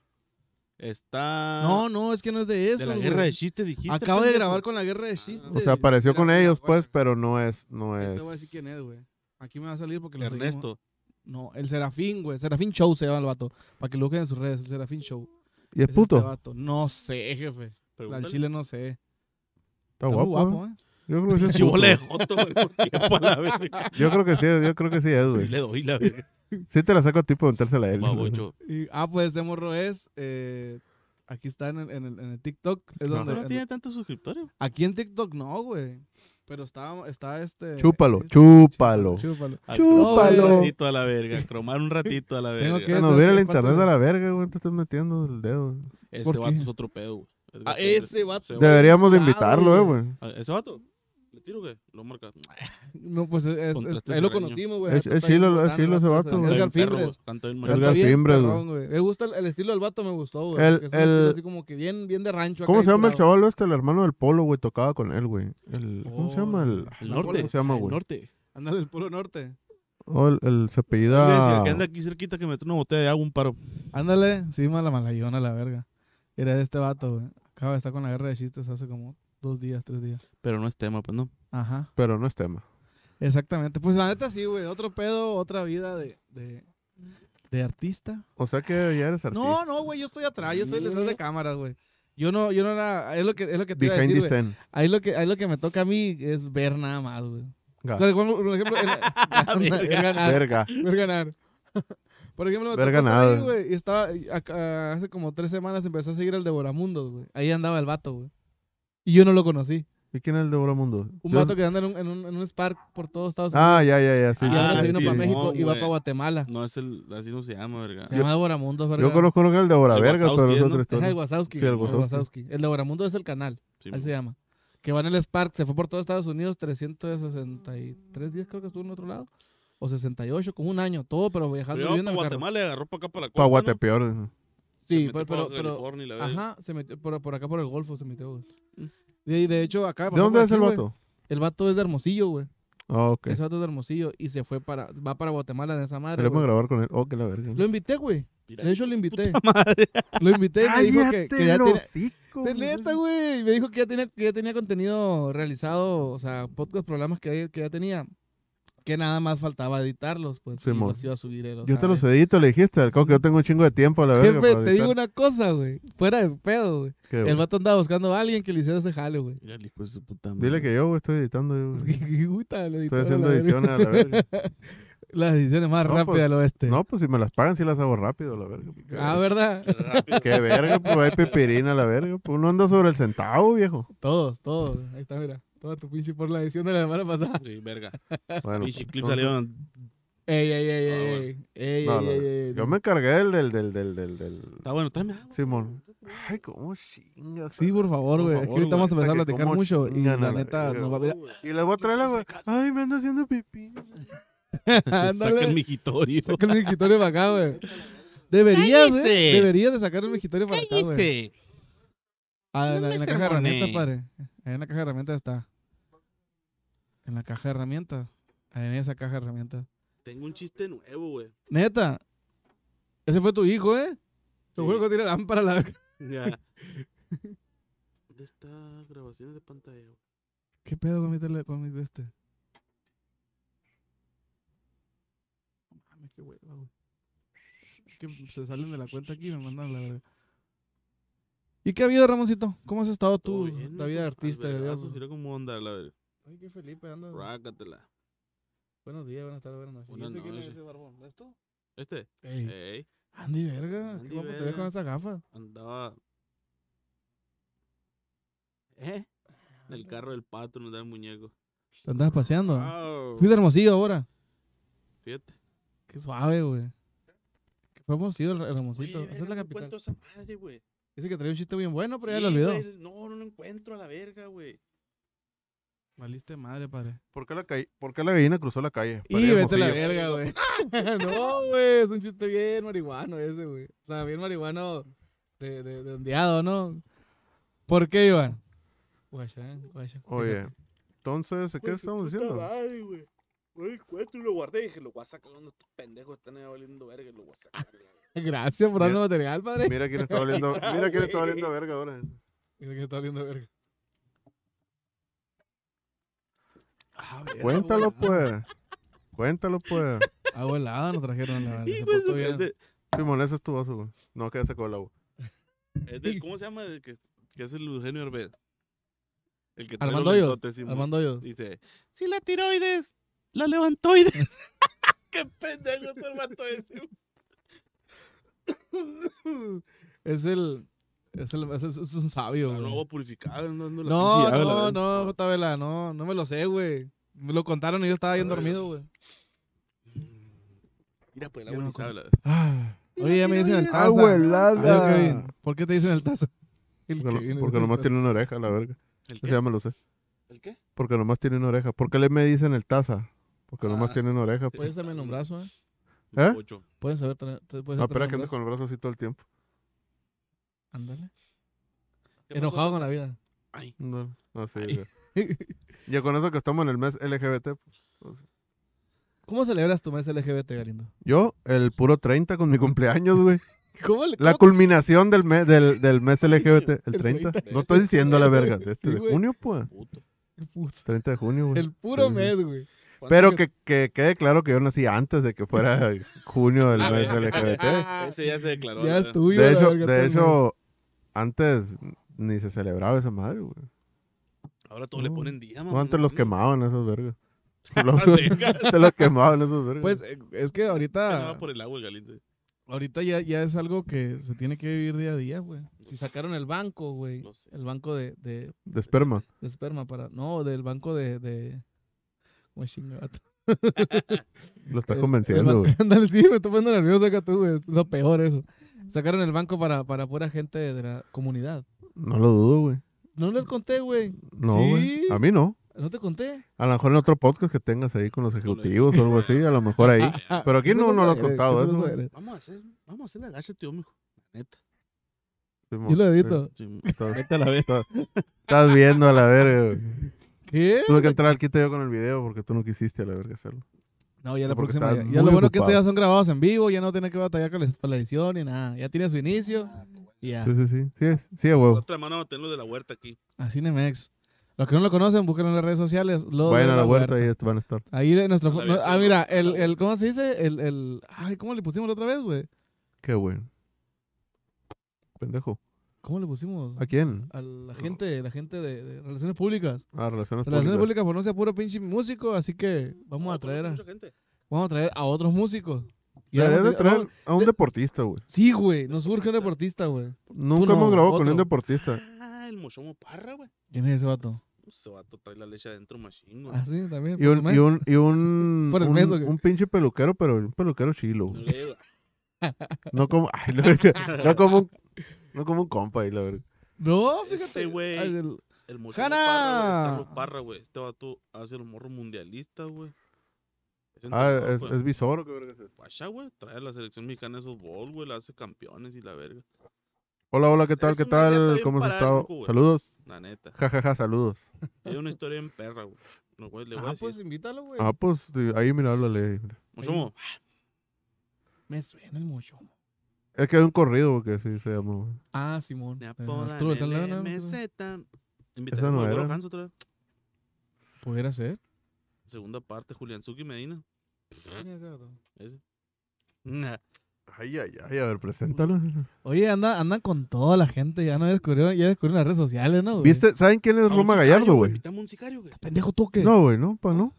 Speaker 1: Está.
Speaker 3: No, no, es que no es de eso.
Speaker 1: de la
Speaker 3: güey.
Speaker 1: guerra de chistes, dijiste.
Speaker 3: Acabo de
Speaker 1: pendejo. Ah,
Speaker 3: grabar con la guerra de chistes.
Speaker 2: O sea, apareció
Speaker 3: Mira,
Speaker 2: con
Speaker 3: mira,
Speaker 2: ellos,
Speaker 3: guacha.
Speaker 2: pues, pero no es, no
Speaker 3: Ahí
Speaker 2: es.
Speaker 3: Te voy a decir quién es, güey. Aquí me va a salir porque lo seguimos.
Speaker 1: Ernesto.
Speaker 3: No, el Serafín, güey. Serafín Show se llama el vato. Para que lo busquen en sus redes, el Serafín Show.
Speaker 2: Y es
Speaker 3: Es
Speaker 2: puto.
Speaker 3: este vato. No sé, jefe. Al
Speaker 1: Pregúntale.
Speaker 3: chile no sé. Está
Speaker 2: Está
Speaker 3: muy
Speaker 2: guapo.
Speaker 3: guapo,
Speaker 2: ¿eh?
Speaker 3: ¿eh?
Speaker 2: Yo creo que sí es puto.
Speaker 1: Chibola de joto, güey. por tiempo a la verga.
Speaker 2: Yo creo que sí, es- yo creo que sí es,
Speaker 1: Y
Speaker 2: güey.
Speaker 1: Le doy la verga.
Speaker 2: Sí te la saco a ti por metérsela a él.
Speaker 1: Babocho.
Speaker 3: Y- ah, pues este morro es. eh, aquí está en el, en el- en el TikTok. Es
Speaker 2: Ajá.
Speaker 3: donde,
Speaker 1: No
Speaker 3: en-
Speaker 1: tiene tantos suscriptores.
Speaker 3: aquí en TikTok no, güey. Pero está, está este.
Speaker 2: Chúpalo,
Speaker 3: este-
Speaker 2: chúpalo.
Speaker 3: Chúpalo.
Speaker 1: A cromar
Speaker 3: Chúpalo.
Speaker 1: Un ratito a la verga. Cromar un ratito a la verga.
Speaker 3: Tengo
Speaker 2: Que
Speaker 3: ¿Qué
Speaker 2: nos
Speaker 3: te-
Speaker 2: viera el
Speaker 3: cuánto-
Speaker 2: internet a la verga, güey. Te estás metiendo el dedo. güey.
Speaker 1: Ese
Speaker 3: ¿Por qué?
Speaker 1: vato es otro pedo, güey. Es
Speaker 3: Ah,
Speaker 1: de-
Speaker 3: ese vato.
Speaker 1: ese
Speaker 2: Deberíamos de
Speaker 3: claro,
Speaker 2: invitarlo, eh, güey.
Speaker 1: ¿A ¿Ese vato? ¿Le tiro que Lo marca.
Speaker 3: No, pues es, es-
Speaker 1: Contraste
Speaker 3: ahí lo
Speaker 1: sureño.
Speaker 3: conocimos, güey.
Speaker 2: Es-
Speaker 3: Está
Speaker 2: es
Speaker 3: bien
Speaker 2: chilo- es
Speaker 3: botana,
Speaker 2: chilo ese
Speaker 3: o sea,
Speaker 2: vato, güey.
Speaker 1: Canta bien
Speaker 3: Edgar
Speaker 1: perro,
Speaker 3: Fimbres.
Speaker 1: güey, Canta bien
Speaker 2: Edgar
Speaker 1: marcado.
Speaker 3: bien
Speaker 2: Fimbres, güey.
Speaker 3: perrón, Me gusta el, el estilo del vato, me gustó, güey.
Speaker 2: El-
Speaker 3: porque es un estilo
Speaker 2: el-
Speaker 3: así como que bien, bien de rancho.
Speaker 2: ¿Cómo
Speaker 3: acá,
Speaker 2: se llama el
Speaker 3: curado.
Speaker 2: chaval este? El hermano del polo, güey. Tocaba con él, güey. El- ¿Cómo se
Speaker 3: Oh,
Speaker 2: llama? El,
Speaker 1: El
Speaker 3: La
Speaker 1: norte.
Speaker 2: ¿Cómo se llama,
Speaker 1: el
Speaker 2: güey?
Speaker 1: norte.
Speaker 3: Anda del Polo Norte.
Speaker 2: Oh, el, el se
Speaker 1: Le decía
Speaker 2: apellida-
Speaker 1: que anda aquí cerquita que me trae una botella de agua, un paro.
Speaker 3: Ándale, sí, mala malayona, la verga. Era de este vato, güey. Acaba de estar con la guerra de chistes hace como dos días, tres días.
Speaker 1: Pero no es tema, pues no.
Speaker 3: Ajá,
Speaker 2: Pero no es tema.
Speaker 3: exactamente. Pues la neta sí, güey. Otro pedo, otra vida de, de, de artista.
Speaker 2: O sea que ya eres artista.
Speaker 3: No, no, güey. Yo estoy atrás, yo estoy detrás de cámaras, güey. Yo no, yo no era. Es lo que, es lo que te iba a
Speaker 2: Behind
Speaker 3: decir,
Speaker 2: the
Speaker 3: güey.
Speaker 2: scene.
Speaker 3: Ahí lo que, ahí lo que me toca a mí es ver nada más, güey.
Speaker 2: Ga-
Speaker 3: Claro, como, por ejemplo, el- ver ganar,
Speaker 2: Verga.
Speaker 3: ver ganar. Por ejemplo, me
Speaker 2: Ver
Speaker 3: tocó estar
Speaker 2: ganado.
Speaker 3: ahí, güey, y estaba y acá- hace como tres semanas empecé a seguir al Devoramundos, güey. Ahí andaba el vato, güey. Y yo no lo conocí.
Speaker 2: ¿Y quién es el de Mundo?
Speaker 3: Un vato que anda en un, en un, en un Spark por todos Estados Unidos.
Speaker 2: Ah, ya, ya, ya. Sí,
Speaker 3: y
Speaker 2: sí,
Speaker 3: ahora
Speaker 1: Ah,
Speaker 3: se
Speaker 2: sí,
Speaker 3: vino
Speaker 2: sí.
Speaker 3: para México
Speaker 1: no,
Speaker 3: y va
Speaker 1: güey.
Speaker 3: para Guatemala.
Speaker 1: No es el. Así no se llama, verga.
Speaker 3: Se llama Devoramundos, verga.
Speaker 2: Yo conozco el de Bora
Speaker 1: El
Speaker 2: Verga, pero
Speaker 1: Wazowski,
Speaker 2: es
Speaker 1: ¿no?
Speaker 3: Deja
Speaker 2: otra
Speaker 3: el
Speaker 2: historia.
Speaker 3: Wazowski.
Speaker 2: Sí, el
Speaker 3: el
Speaker 2: Wazowski.
Speaker 3: Wazowski. El Devoramundos es el canal.
Speaker 1: Sí,
Speaker 3: Ahí se llama. Que va en el Spark, se fue por todo Estados Unidos, 363 días creo que estuvo en otro lado. O 68, como un año, todo, pero viajando.
Speaker 1: Primero
Speaker 3: viviendo
Speaker 1: para
Speaker 3: en el carro.
Speaker 1: Guatemala y agarró para acá para la
Speaker 2: Pa'
Speaker 1: costa, ¿no?
Speaker 2: Guatepeor.
Speaker 1: Se
Speaker 3: Sí,
Speaker 1: metió
Speaker 3: pues,
Speaker 1: para
Speaker 3: pero, pero, pero-
Speaker 1: California y la verga.
Speaker 3: ajá, se metió por, por acá por el Golfo, se metió, güey.
Speaker 1: Mm.
Speaker 3: Y de hecho, acá.
Speaker 2: ¿De
Speaker 3: pasó
Speaker 2: dónde
Speaker 3: por
Speaker 2: es
Speaker 3: aquí,
Speaker 2: el
Speaker 3: güey.
Speaker 2: vato?
Speaker 3: El vato es de Hermosillo, güey.
Speaker 2: Ah, ok.
Speaker 3: Ese vato es de Hermosillo y se fue para, va para Guatemala de esa madre.
Speaker 2: Queremos
Speaker 3: güey.
Speaker 2: grabar con él. Oh, que la verga.
Speaker 3: Lo invité, güey.
Speaker 1: Mira,
Speaker 3: De hecho, lo invité. Lo invité y me dijo que, que ya tenía. De neta, güey. Me dijo que ya tenía, que ya tenía contenido realizado, o sea, podcast, programas que, que ya tenía. Que nada más faltaba editarlos, pues. y
Speaker 2: Simón.
Speaker 3: los iba a subir él. o
Speaker 2: Yo
Speaker 3: sea,
Speaker 2: te los edito, le dijiste al coco que yo tengo un chingo de tiempo a la verga.
Speaker 3: Jefe,
Speaker 2: para
Speaker 3: te digo
Speaker 2: editar.
Speaker 3: una cosa, güey. Fuera de pedo, güey.
Speaker 2: ¿Qué, güey?
Speaker 3: El vato andaba buscando a alguien que le hiciera ese jale, güey.
Speaker 1: Mira, el hijo de su puta madre.
Speaker 2: Dile que yo, güey, estoy editando. yo, güey.
Speaker 3: Qué puta, el editor,
Speaker 2: Estoy haciendo
Speaker 3: la verga.
Speaker 2: ediciones a la verga.
Speaker 3: Las ediciones más
Speaker 2: No,
Speaker 3: rápidas
Speaker 2: pues,
Speaker 3: del oeste.
Speaker 2: No, pues si me las pagan, sí las hago rápido, a la verga.
Speaker 3: Ah, ¿verdad?
Speaker 1: Rápido.
Speaker 2: Qué verga, pues hay pepirina, a la verga. Pues uno anda sobre el centavo, viejo.
Speaker 3: Todos, todos. Ahí está, mira. Toda tu pinche por la edición de la semana pasada.
Speaker 1: Sí, verga.
Speaker 2: Bueno,
Speaker 1: Pinche clip
Speaker 2: entonces-
Speaker 1: salieron.
Speaker 3: Ey, ey, ey,
Speaker 1: Ah,
Speaker 3: ey,
Speaker 1: bueno.
Speaker 3: ey. Ey,
Speaker 2: No,
Speaker 3: ey,
Speaker 2: no,
Speaker 3: ey, ey,
Speaker 2: Yo
Speaker 3: no.
Speaker 2: me encargué del, del, del, del, del, del-
Speaker 1: Está bueno, tráeme agua.
Speaker 2: Simón. Ay, cómo chingas.
Speaker 3: Sí, por favor,
Speaker 2: Por
Speaker 3: güey. Es que
Speaker 2: favor,
Speaker 3: ahorita
Speaker 2: güey.
Speaker 3: vamos a empezar a
Speaker 2: Hasta que
Speaker 3: platicar
Speaker 2: como
Speaker 3: mucho. Y
Speaker 2: chingan a
Speaker 3: la
Speaker 2: la
Speaker 3: neta,
Speaker 2: verga,
Speaker 3: nos va a
Speaker 1: No,
Speaker 3: ver.
Speaker 1: güey.
Speaker 2: Y le voy a traer la güey. Ay, me anda haciendo pipí.
Speaker 1: Saca el
Speaker 3: Ándale.
Speaker 1: migitorio.
Speaker 3: Saca el migitorio para acá, güey. Deberías, güey.
Speaker 1: ¡Cállese!
Speaker 3: Deberías de sacar el migitorio para acá, güey.
Speaker 1: Cállese.
Speaker 3: Ah,
Speaker 1: No
Speaker 3: en la,
Speaker 1: me
Speaker 3: en la caja de
Speaker 1: sermonees.
Speaker 3: herramientas, padre. Ahí en la caja de herramientas está. En la caja de herramientas. Ahí En esa caja de herramientas.
Speaker 1: Tengo un chiste nuevo, güey.
Speaker 3: Neta. Ese fue tu hijo, ¿eh? Seguro que tiene lámpara la verga.
Speaker 1: Ya. ¿Dónde está grabaciones de pantalla? güey?
Speaker 3: ¿Qué pedo con mi tele, con mi de este? No mames, qué hueva, güey. Es Que se salen de la cuenta aquí y me mandan a la verga. ¿Y qué ha habido, Ramoncito? ¿Cómo has estado
Speaker 1: Todo
Speaker 3: tú,
Speaker 1: bien,
Speaker 3: la vida
Speaker 1: güey.
Speaker 3: de artista?
Speaker 1: Al
Speaker 3: de
Speaker 1: vergazo,
Speaker 3: Dios?
Speaker 1: Mira cómo anda, la verdad.
Speaker 3: Ay, qué Felipe, anda.
Speaker 1: Rácatela.
Speaker 3: Buenos días, buenas tardes, buenas noches.
Speaker 1: Buenas
Speaker 3: ¿Y ese quién es
Speaker 1: noches.
Speaker 3: ese barbón? ¿De esto?
Speaker 1: ¿Este?
Speaker 3: Ey,
Speaker 1: Ey,
Speaker 3: Andy Verga,
Speaker 1: Andy
Speaker 3: qué guapo te ves
Speaker 1: Verga.
Speaker 3: con esas gafas.
Speaker 1: andaba. ¿Eh? En el carro del pato, no del muñeco.
Speaker 3: Te andabas paseando. ¿eh?
Speaker 1: Au.
Speaker 3: Fui de Hermosillo ahora.
Speaker 1: Fíjate.
Speaker 3: Qué suave, güey. Que Fue Hermosillo, el el Hermosito.
Speaker 1: Oye, verga,
Speaker 3: Esa es la
Speaker 1: no
Speaker 3: capital.
Speaker 1: encuentro esa madre, güey.
Speaker 3: Dice que traía un chiste bien bueno, pero ya
Speaker 1: Sí,
Speaker 3: lo olvidó.
Speaker 1: güey, No, no lo encuentro a la verga, güey.
Speaker 3: Maliste madre, padre.
Speaker 2: ¿Por qué la, calle- por qué la gallina cruzó la calle? Para ir
Speaker 3: Y
Speaker 2: a
Speaker 3: vete a la
Speaker 2: Hermosillo.
Speaker 3: verga, güey. no, güey, es un chiste bien marihuano ese, güey. O sea, bien marihuano de, de, de ondeado, ¿no? ¿Por qué, Iván? Guacha, guacha.
Speaker 2: Oye, entonces, ¿qué
Speaker 3: Pues,
Speaker 1: Güey,
Speaker 2: estamos
Speaker 1: puta
Speaker 2: diciendo?
Speaker 1: madre, güey. No lo encuentro y lo guardé y dije, lo voy a sacar este cuando estos pendejos están ahí valiendo verga y lo voy a sacar.
Speaker 3: Gracias por darnos material, padre.
Speaker 2: Mira quién está oliendo, mira quién está oliendo a verga ahora.
Speaker 3: Mira que está oliendo verga. Ah, verga,
Speaker 2: Cuéntalo
Speaker 3: güey.
Speaker 2: pues. Cuéntalo pues.
Speaker 3: Agua helada nos trajeron la verga. Se
Speaker 1: Hijo de
Speaker 3: portó
Speaker 1: su- es
Speaker 3: bien.
Speaker 1: de-
Speaker 2: Simón, ese es tu vaso, güey. No, que ya sacó el agua.
Speaker 1: es de- ¿Cómo se llama? el que, que es el Eugenio Herbert. El que trae
Speaker 3: Armando
Speaker 1: los
Speaker 3: Hoyos,
Speaker 1: lentotes, Simón.
Speaker 3: Armando Hoyos.
Speaker 1: Dice, si la tiroides, la levantoides. Qué pendejo te levantó ese.
Speaker 3: Es el. Es, el, es, el- es un sabio,
Speaker 1: No,
Speaker 3: güey.
Speaker 1: no, purificado, no, no, la
Speaker 3: No,
Speaker 1: pinche llave, la
Speaker 3: no,
Speaker 1: verga.
Speaker 3: no, J. Vela, no, no me lo sé, güey. Me lo contaron y yo estaba bien
Speaker 1: A ver.
Speaker 3: dormido, güey.
Speaker 1: Mira, pues el
Speaker 3: Ya
Speaker 1: agua
Speaker 3: no
Speaker 1: ni sabe, la verga.
Speaker 3: Oye, ya me dicen el taza.
Speaker 2: Agua
Speaker 3: A ver,
Speaker 2: helada.
Speaker 3: Ah. Kevin, ¿Por qué te dicen el taza? El
Speaker 2: Porque,
Speaker 3: Kevin
Speaker 2: no-
Speaker 3: es
Speaker 2: porque
Speaker 3: el
Speaker 2: nomás
Speaker 3: taza.
Speaker 2: tiene una oreja, la verga.
Speaker 1: ¿El
Speaker 2: Ese ya
Speaker 1: qué?
Speaker 2: me lo sé.
Speaker 1: ¿El qué?
Speaker 2: Porque nomás tiene una oreja. ¿Por qué le me dicen el taza? Porque nomás
Speaker 1: Ah.
Speaker 2: tiene una oreja. pues.
Speaker 3: Puedes también un brazo, ¿eh?
Speaker 1: Un
Speaker 2: ¿Eh?
Speaker 1: pocho.
Speaker 3: Pueden saber tener. Puedes
Speaker 2: Pues, No, espera
Speaker 3: tener
Speaker 2: que
Speaker 3: un
Speaker 2: ande
Speaker 3: brazo.
Speaker 2: con el brazo así todo el tiempo.
Speaker 3: Ándale.
Speaker 1: ¿Qué pasó,
Speaker 3: Enojado con
Speaker 1: raza?
Speaker 3: la vida.
Speaker 1: Ay,
Speaker 2: No, no, sí.
Speaker 1: Ay.
Speaker 2: güey. Ya con eso que estamos en el mes LGBT.
Speaker 3: ¿Cómo celebras tu mes LGBT, Galindo?
Speaker 2: Yo, el puro 30 con mi cumpleaños, güey.
Speaker 3: ¿Cómo le
Speaker 2: La
Speaker 3: cómo-
Speaker 2: culminación del, mes del, del mes LGBT. El
Speaker 3: El
Speaker 2: 30.
Speaker 3: 30.
Speaker 2: No estoy diciendo la verga. de Este
Speaker 3: Sí,
Speaker 2: de
Speaker 3: güey.
Speaker 2: junio, pues.
Speaker 1: puto.
Speaker 3: puto?
Speaker 2: 30 de junio, güey.
Speaker 3: El puro
Speaker 2: Sí.
Speaker 3: mes, güey.
Speaker 2: Pero que, que quede claro que yo nací antes de que fuera junio del mes LGBT.
Speaker 3: "Ah,
Speaker 1: Ese ya se declaró.
Speaker 3: Ya
Speaker 1: la
Speaker 3: es
Speaker 1: verga.
Speaker 3: tuyo.
Speaker 2: eh". De
Speaker 3: la
Speaker 2: hecho,
Speaker 3: verga,
Speaker 2: de
Speaker 3: todo el mundo.
Speaker 2: hecho antes ni se celebraba esa madre, güey.
Speaker 1: Ahora todos le
Speaker 2: No.
Speaker 1: ponen día,
Speaker 2: No,
Speaker 1: mamá, no
Speaker 2: antes
Speaker 1: Ah,
Speaker 2: los
Speaker 1: mames.
Speaker 2: quemaban esos vergas.
Speaker 1: Esas vergas.
Speaker 2: Antes los quemaban esos vergas.
Speaker 3: Pues eh, es que
Speaker 1: Ya no
Speaker 3: ahorita.
Speaker 1: va por el agua el galindo.
Speaker 3: Ahorita ya, ya es algo que se tiene que vivir día a día, güey. Si sacaron el banco, güey.
Speaker 1: No sé.
Speaker 3: El banco de, de,
Speaker 2: de esperma.
Speaker 3: de esperma para. No, del banco de. de... ¿Cómo chingado?
Speaker 2: Lo está
Speaker 3: El- el
Speaker 2: convenciendo,
Speaker 3: banco-
Speaker 2: güey.
Speaker 3: Ándale, sí, me estoy poniendo nervioso acá tú, güey. Es Lo peor eso. Sacaron el banco para, para pura gente de la comunidad.
Speaker 2: No lo dudo, güey.
Speaker 3: No les conté, güey.
Speaker 2: No,
Speaker 3: Sí.
Speaker 2: güey. A mí no.
Speaker 3: No te conté.
Speaker 2: A lo mejor en otro podcast que tengas ahí con los ejecutivos o algo así, a lo mejor ahí. Pero aquí
Speaker 3: Ah, Eso
Speaker 2: no, no lo has
Speaker 3: sabré,
Speaker 2: contado eso.
Speaker 3: no
Speaker 2: güey.
Speaker 3: sabré.
Speaker 1: Vamos a hacer, vamos a hacer la gacha, tío, mijo. La neta.
Speaker 2: Simón.
Speaker 3: Yo lo edito.
Speaker 1: Sí,
Speaker 2: Estás-
Speaker 1: neta la verga.
Speaker 2: Estás viendo a la verga, güey.
Speaker 3: ¿Qué?
Speaker 2: Tuve que entrar al quito yo con el video porque tú no quisiste a la verga hacerlo.
Speaker 3: No, ya la
Speaker 2: Porque
Speaker 3: próxima. Ya,
Speaker 2: estás
Speaker 3: ya lo
Speaker 2: muy
Speaker 3: bueno que estos
Speaker 2: ocupado.
Speaker 3: ya son grabados en vivo, ya no tiene que batallar con la, para la edición ni nada. Ya tiene su inicio. Y ya.
Speaker 2: Sí, sí, sí. Sí, es. Sí, a huevo.
Speaker 1: Otra mano va a tener lo de la huerta aquí.
Speaker 3: Así Nemex. Los que no lo conocen, búsquenlo en las redes sociales. Lo de
Speaker 2: Vayan a
Speaker 3: la
Speaker 2: la huerta
Speaker 3: huerta.
Speaker 2: y van a estar.
Speaker 3: Ahí de nuestro.
Speaker 1: No
Speaker 3: fo-
Speaker 1: la había
Speaker 3: no- ah,
Speaker 1: hecho,
Speaker 3: mira,
Speaker 1: no.
Speaker 3: el, el. ¿Cómo se dice? El, el. Ay, ¿cómo le pusimos la otra vez, güey?
Speaker 2: Qué bueno. Pendejo.
Speaker 3: ¿Cómo le pusimos?
Speaker 2: ¿A quién?
Speaker 3: A la gente, la gente de, de Relaciones Públicas.
Speaker 2: A Relaciones
Speaker 3: Relaciones
Speaker 2: Públicas.
Speaker 3: Públicas pronuncia puro pinche músico, así que vamos a traer a,
Speaker 1: Mucha gente.
Speaker 3: vamos a traer a otros músicos. Y vamos a
Speaker 2: Deberías de
Speaker 3: tener-
Speaker 2: traer a un
Speaker 3: de-
Speaker 2: deportista, güey.
Speaker 3: vamos- sí, güey, nos surge un deportista, güey.
Speaker 2: Nunca
Speaker 3: no,
Speaker 2: hemos grabado con
Speaker 3: otro.
Speaker 2: un deportista.
Speaker 1: Ah, el mochomo parra, güey.
Speaker 3: ¿Quién es ese vato?
Speaker 1: Se va a traer la leche adentro, machín, güey.
Speaker 3: Ah, sí, también.
Speaker 2: Y un, y un, y un,
Speaker 3: Por el
Speaker 2: un,
Speaker 3: mes, ¿o qué?
Speaker 2: un pinche peluquero, pero un peluquero chilo.
Speaker 1: No
Speaker 2: güey.
Speaker 1: le digo,
Speaker 2: No como, ay, la verga, no como un, no como un compa ahí, la verga.
Speaker 3: No,
Speaker 1: Este
Speaker 3: fíjate.
Speaker 1: güey.
Speaker 3: ay, el-
Speaker 1: El morro
Speaker 3: ¡Jana!
Speaker 1: Parra, güey. Carlos Parra, güey. Este vato hace los morros mundialistas, güey. Es
Speaker 2: Ah,
Speaker 1: entrenador,
Speaker 2: es,
Speaker 1: güey.
Speaker 2: es visor, ¿qué verga es eso?
Speaker 1: Guacha, güey. Trae a la selección mexicana esos bols, güey. La hace campeones y la verga.
Speaker 2: Hola, hola, ¿qué
Speaker 1: Es-
Speaker 2: tal?
Speaker 1: es
Speaker 2: ¿Qué
Speaker 1: un atleta
Speaker 2: tal?
Speaker 1: bien
Speaker 2: ¿Cómo has
Speaker 1: parado,
Speaker 2: estado?
Speaker 1: loco, güey.
Speaker 2: Saludos.
Speaker 1: La neta.
Speaker 2: Ja, ja, ja, saludos.
Speaker 1: Hay una historia en perra, güey. No, güey, le voy a
Speaker 3: Ah,
Speaker 1: decir.
Speaker 3: pues invítalo, güey.
Speaker 2: Ah, pues de- ahí mira, la ley.
Speaker 1: Mochomo,
Speaker 3: Me suena el mochomo.
Speaker 2: Es que es un corrido, porque así se llama. güey.
Speaker 3: Ah, Simón.
Speaker 1: me
Speaker 3: Eh,
Speaker 1: apodan
Speaker 3: tú, tal-
Speaker 1: el
Speaker 3: no, no,
Speaker 1: MZ.
Speaker 2: Esa no
Speaker 1: Invitaremos a Güero
Speaker 2: era.
Speaker 1: Hans otra vez.
Speaker 3: Pudiera ser.
Speaker 1: Segunda parte, Julián Zucchi Medina. Ese.
Speaker 2: Ay, ay, ay, a ver, preséntalo.
Speaker 3: Oye, anda, andan con toda la gente. Ya no descubrieron, ya descubrieron las redes sociales, ¿no? güey? Ah,
Speaker 2: ¿Viste? ¿Saben quién es Roma Gallardo, Ah, güey?
Speaker 1: Invitamos a un sicario, güey.
Speaker 3: Pendejo tú que.
Speaker 2: No, güey, no, pa, no.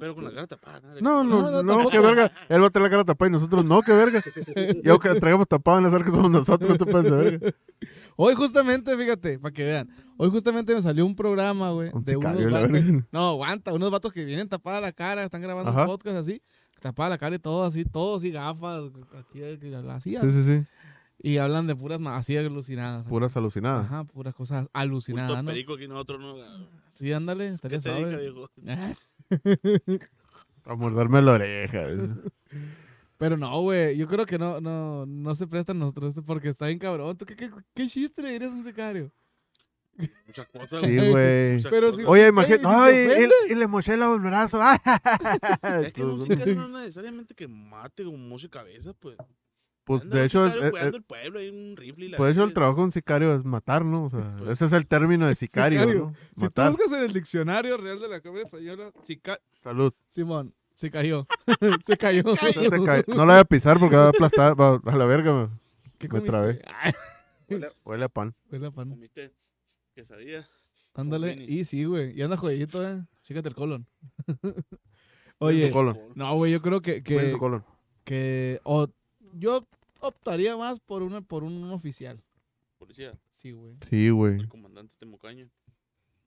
Speaker 1: Pero con la cara tapada. nada de-
Speaker 2: No,
Speaker 3: No, no,
Speaker 2: no, no,
Speaker 3: tampoco.
Speaker 2: qué verga. Él va a tener la cara tapada y nosotros no, qué verga. Y aunque traigamos tapado en la que somos nosotros, no te pases de verga.
Speaker 3: Hoy justamente, fíjate, para que vean. Hoy justamente me salió un programa, güey.
Speaker 2: Un
Speaker 3: de
Speaker 2: sicario,
Speaker 3: unos
Speaker 2: la
Speaker 3: vatos-
Speaker 2: verga.
Speaker 3: No, aguanta. Unos vatos que vienen tapada la cara, están grabando
Speaker 2: Ajá.
Speaker 3: un podcast así. Tapada la cara y todo así, todo así, gafas. Aquí, aquí, así.
Speaker 2: Sí, sí, sí.
Speaker 3: Y hablan de puras ma- así alucinadas.
Speaker 2: Puras alucinadas.
Speaker 3: Ajá, puras cosas
Speaker 1: Punto
Speaker 3: alucinadas, ¿no?
Speaker 1: perico aquí nosotros no.
Speaker 3: Sí, ándale,
Speaker 1: ¿Qué
Speaker 3: estaría
Speaker 1: te
Speaker 3: suave.
Speaker 1: dedica, viejo?
Speaker 3: Ah,
Speaker 2: A morderme la oreja.
Speaker 3: Pero no, güey, yo creo que no, no, no se prestan nosotros esto porque está bien cabrón. ¿Tú qué, qué, qué chiste le dirías a un sicario?
Speaker 1: Muchas cosas, güey.
Speaker 2: Sí, güey.
Speaker 1: Muchas
Speaker 3: Pero
Speaker 1: cosas.
Speaker 3: si-
Speaker 2: Oye,
Speaker 3: Ey,
Speaker 2: imagínate.
Speaker 3: ¿te
Speaker 2: Ay,
Speaker 3: ofende?
Speaker 2: y, y le moché el brazo.
Speaker 1: Es que un sicario no es necesariamente que mate con moche cabeza, pues.
Speaker 2: Pues
Speaker 1: Anda
Speaker 2: de
Speaker 1: un
Speaker 2: hecho, eh, es,
Speaker 1: sicario
Speaker 2: es-
Speaker 1: cuidando el pueblo, hay un rifle y la
Speaker 2: pues, de hecho, el
Speaker 1: verga.
Speaker 2: trabajo de un sicario es matar, ¿no? O sea,
Speaker 1: Pues-
Speaker 2: ese es el término de sicario,
Speaker 3: Sicario.
Speaker 2: ¿no?
Speaker 3: Si
Speaker 2: Matar.
Speaker 3: tú buscas en el diccionario real de la Cámara Española, sica-
Speaker 2: Salud.
Speaker 3: Simón, se cayó. se cayó.
Speaker 2: No, te cae- no la voy a pisar porque va a aplastar. va- a la verga, me-
Speaker 3: ¿Qué
Speaker 2: me
Speaker 3: comiste?
Speaker 2: trabé.
Speaker 3: Ay,
Speaker 2: Huele a pan.
Speaker 3: huele a pan.
Speaker 1: Comiste quesadilla.
Speaker 3: Ándale,
Speaker 1: Conveni.
Speaker 3: y sí, güey, y anda jodidito, eh. Chécate el colon. Oye,
Speaker 2: Su colon.
Speaker 3: no, güey, yo creo que,
Speaker 2: Huele
Speaker 3: que,
Speaker 2: su colon.
Speaker 3: que o- yo optaría más por, una, por un oficial.
Speaker 1: Policía,
Speaker 3: Sí, güey.
Speaker 2: Sí, güey.
Speaker 1: el comandante Temocaña.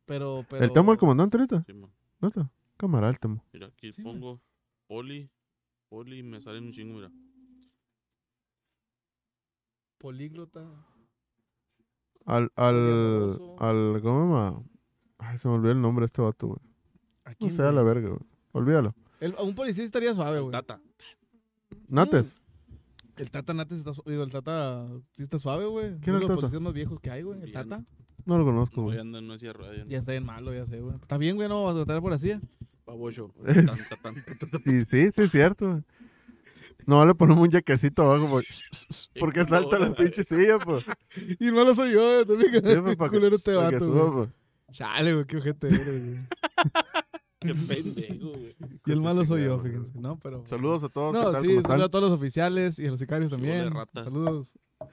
Speaker 3: Pero, pero...
Speaker 2: ¿El Temo el comandante ahorita?
Speaker 1: Sí, man.
Speaker 2: ¿Neta? Cámara, el Temo.
Speaker 1: Mira, aquí
Speaker 3: Sí, pues. man.
Speaker 1: pongo poli. Poli y me salen un chingo, mira.
Speaker 3: Políglota.
Speaker 2: Al, al,
Speaker 3: Poliamoroso.
Speaker 2: al, ¿cómo se llama? Ay, se me olvidó el nombre de este vato, güey.
Speaker 3: ¿A
Speaker 2: No
Speaker 3: quién,
Speaker 2: sé, a la
Speaker 3: güey?
Speaker 2: verga, güey. Olvídalo.
Speaker 3: El- a un policía estaría suave, güey.
Speaker 1: Tata.
Speaker 2: Nates.
Speaker 3: El Tata Nates está su- digo, el Tata sí está suave, güey. Uno
Speaker 2: ¿Quién
Speaker 3: de
Speaker 2: era el
Speaker 3: los
Speaker 2: Tata?
Speaker 3: policías más viejos que hay, güey. El
Speaker 1: Ya
Speaker 3: Tata.
Speaker 2: No lo conozco,
Speaker 1: Hoy
Speaker 2: güey.
Speaker 1: anda en una silla de ruedas. ya
Speaker 3: Ya
Speaker 1: no.
Speaker 3: está bien malo, ya sé, güey. Está bien, güey, no vamos a tratar por así.
Speaker 1: Babocho. Tan, tan, tan, tan, tan.
Speaker 2: Sí, sí, sí, es cierto, güey. No, le ponemos un yaquecito abajo, güey. Porque salta la pinche silla, pues. Sí,
Speaker 3: Y no lo soy yo, güey, también.
Speaker 2: pues,
Speaker 3: Qué
Speaker 2: pa' que-
Speaker 3: culero este
Speaker 2: pa' que
Speaker 3: vato,
Speaker 2: suba,
Speaker 3: güey.
Speaker 2: pues.
Speaker 3: Chale, güey, qué ojete eres, güey.
Speaker 1: Qué pendejo, güey.
Speaker 3: Y el malo soy yo,
Speaker 2: Crucificado, güey.
Speaker 3: fíjense. No, pero.
Speaker 2: Saludos a todos. ¿qué
Speaker 3: No,
Speaker 2: tal?
Speaker 3: sí,
Speaker 2: ¿Cómo
Speaker 3: saludos
Speaker 2: están?
Speaker 3: a todos los oficiales y a los sicarios
Speaker 1: Qué bola de
Speaker 3: también.
Speaker 1: rata.
Speaker 3: Saludos.
Speaker 1: La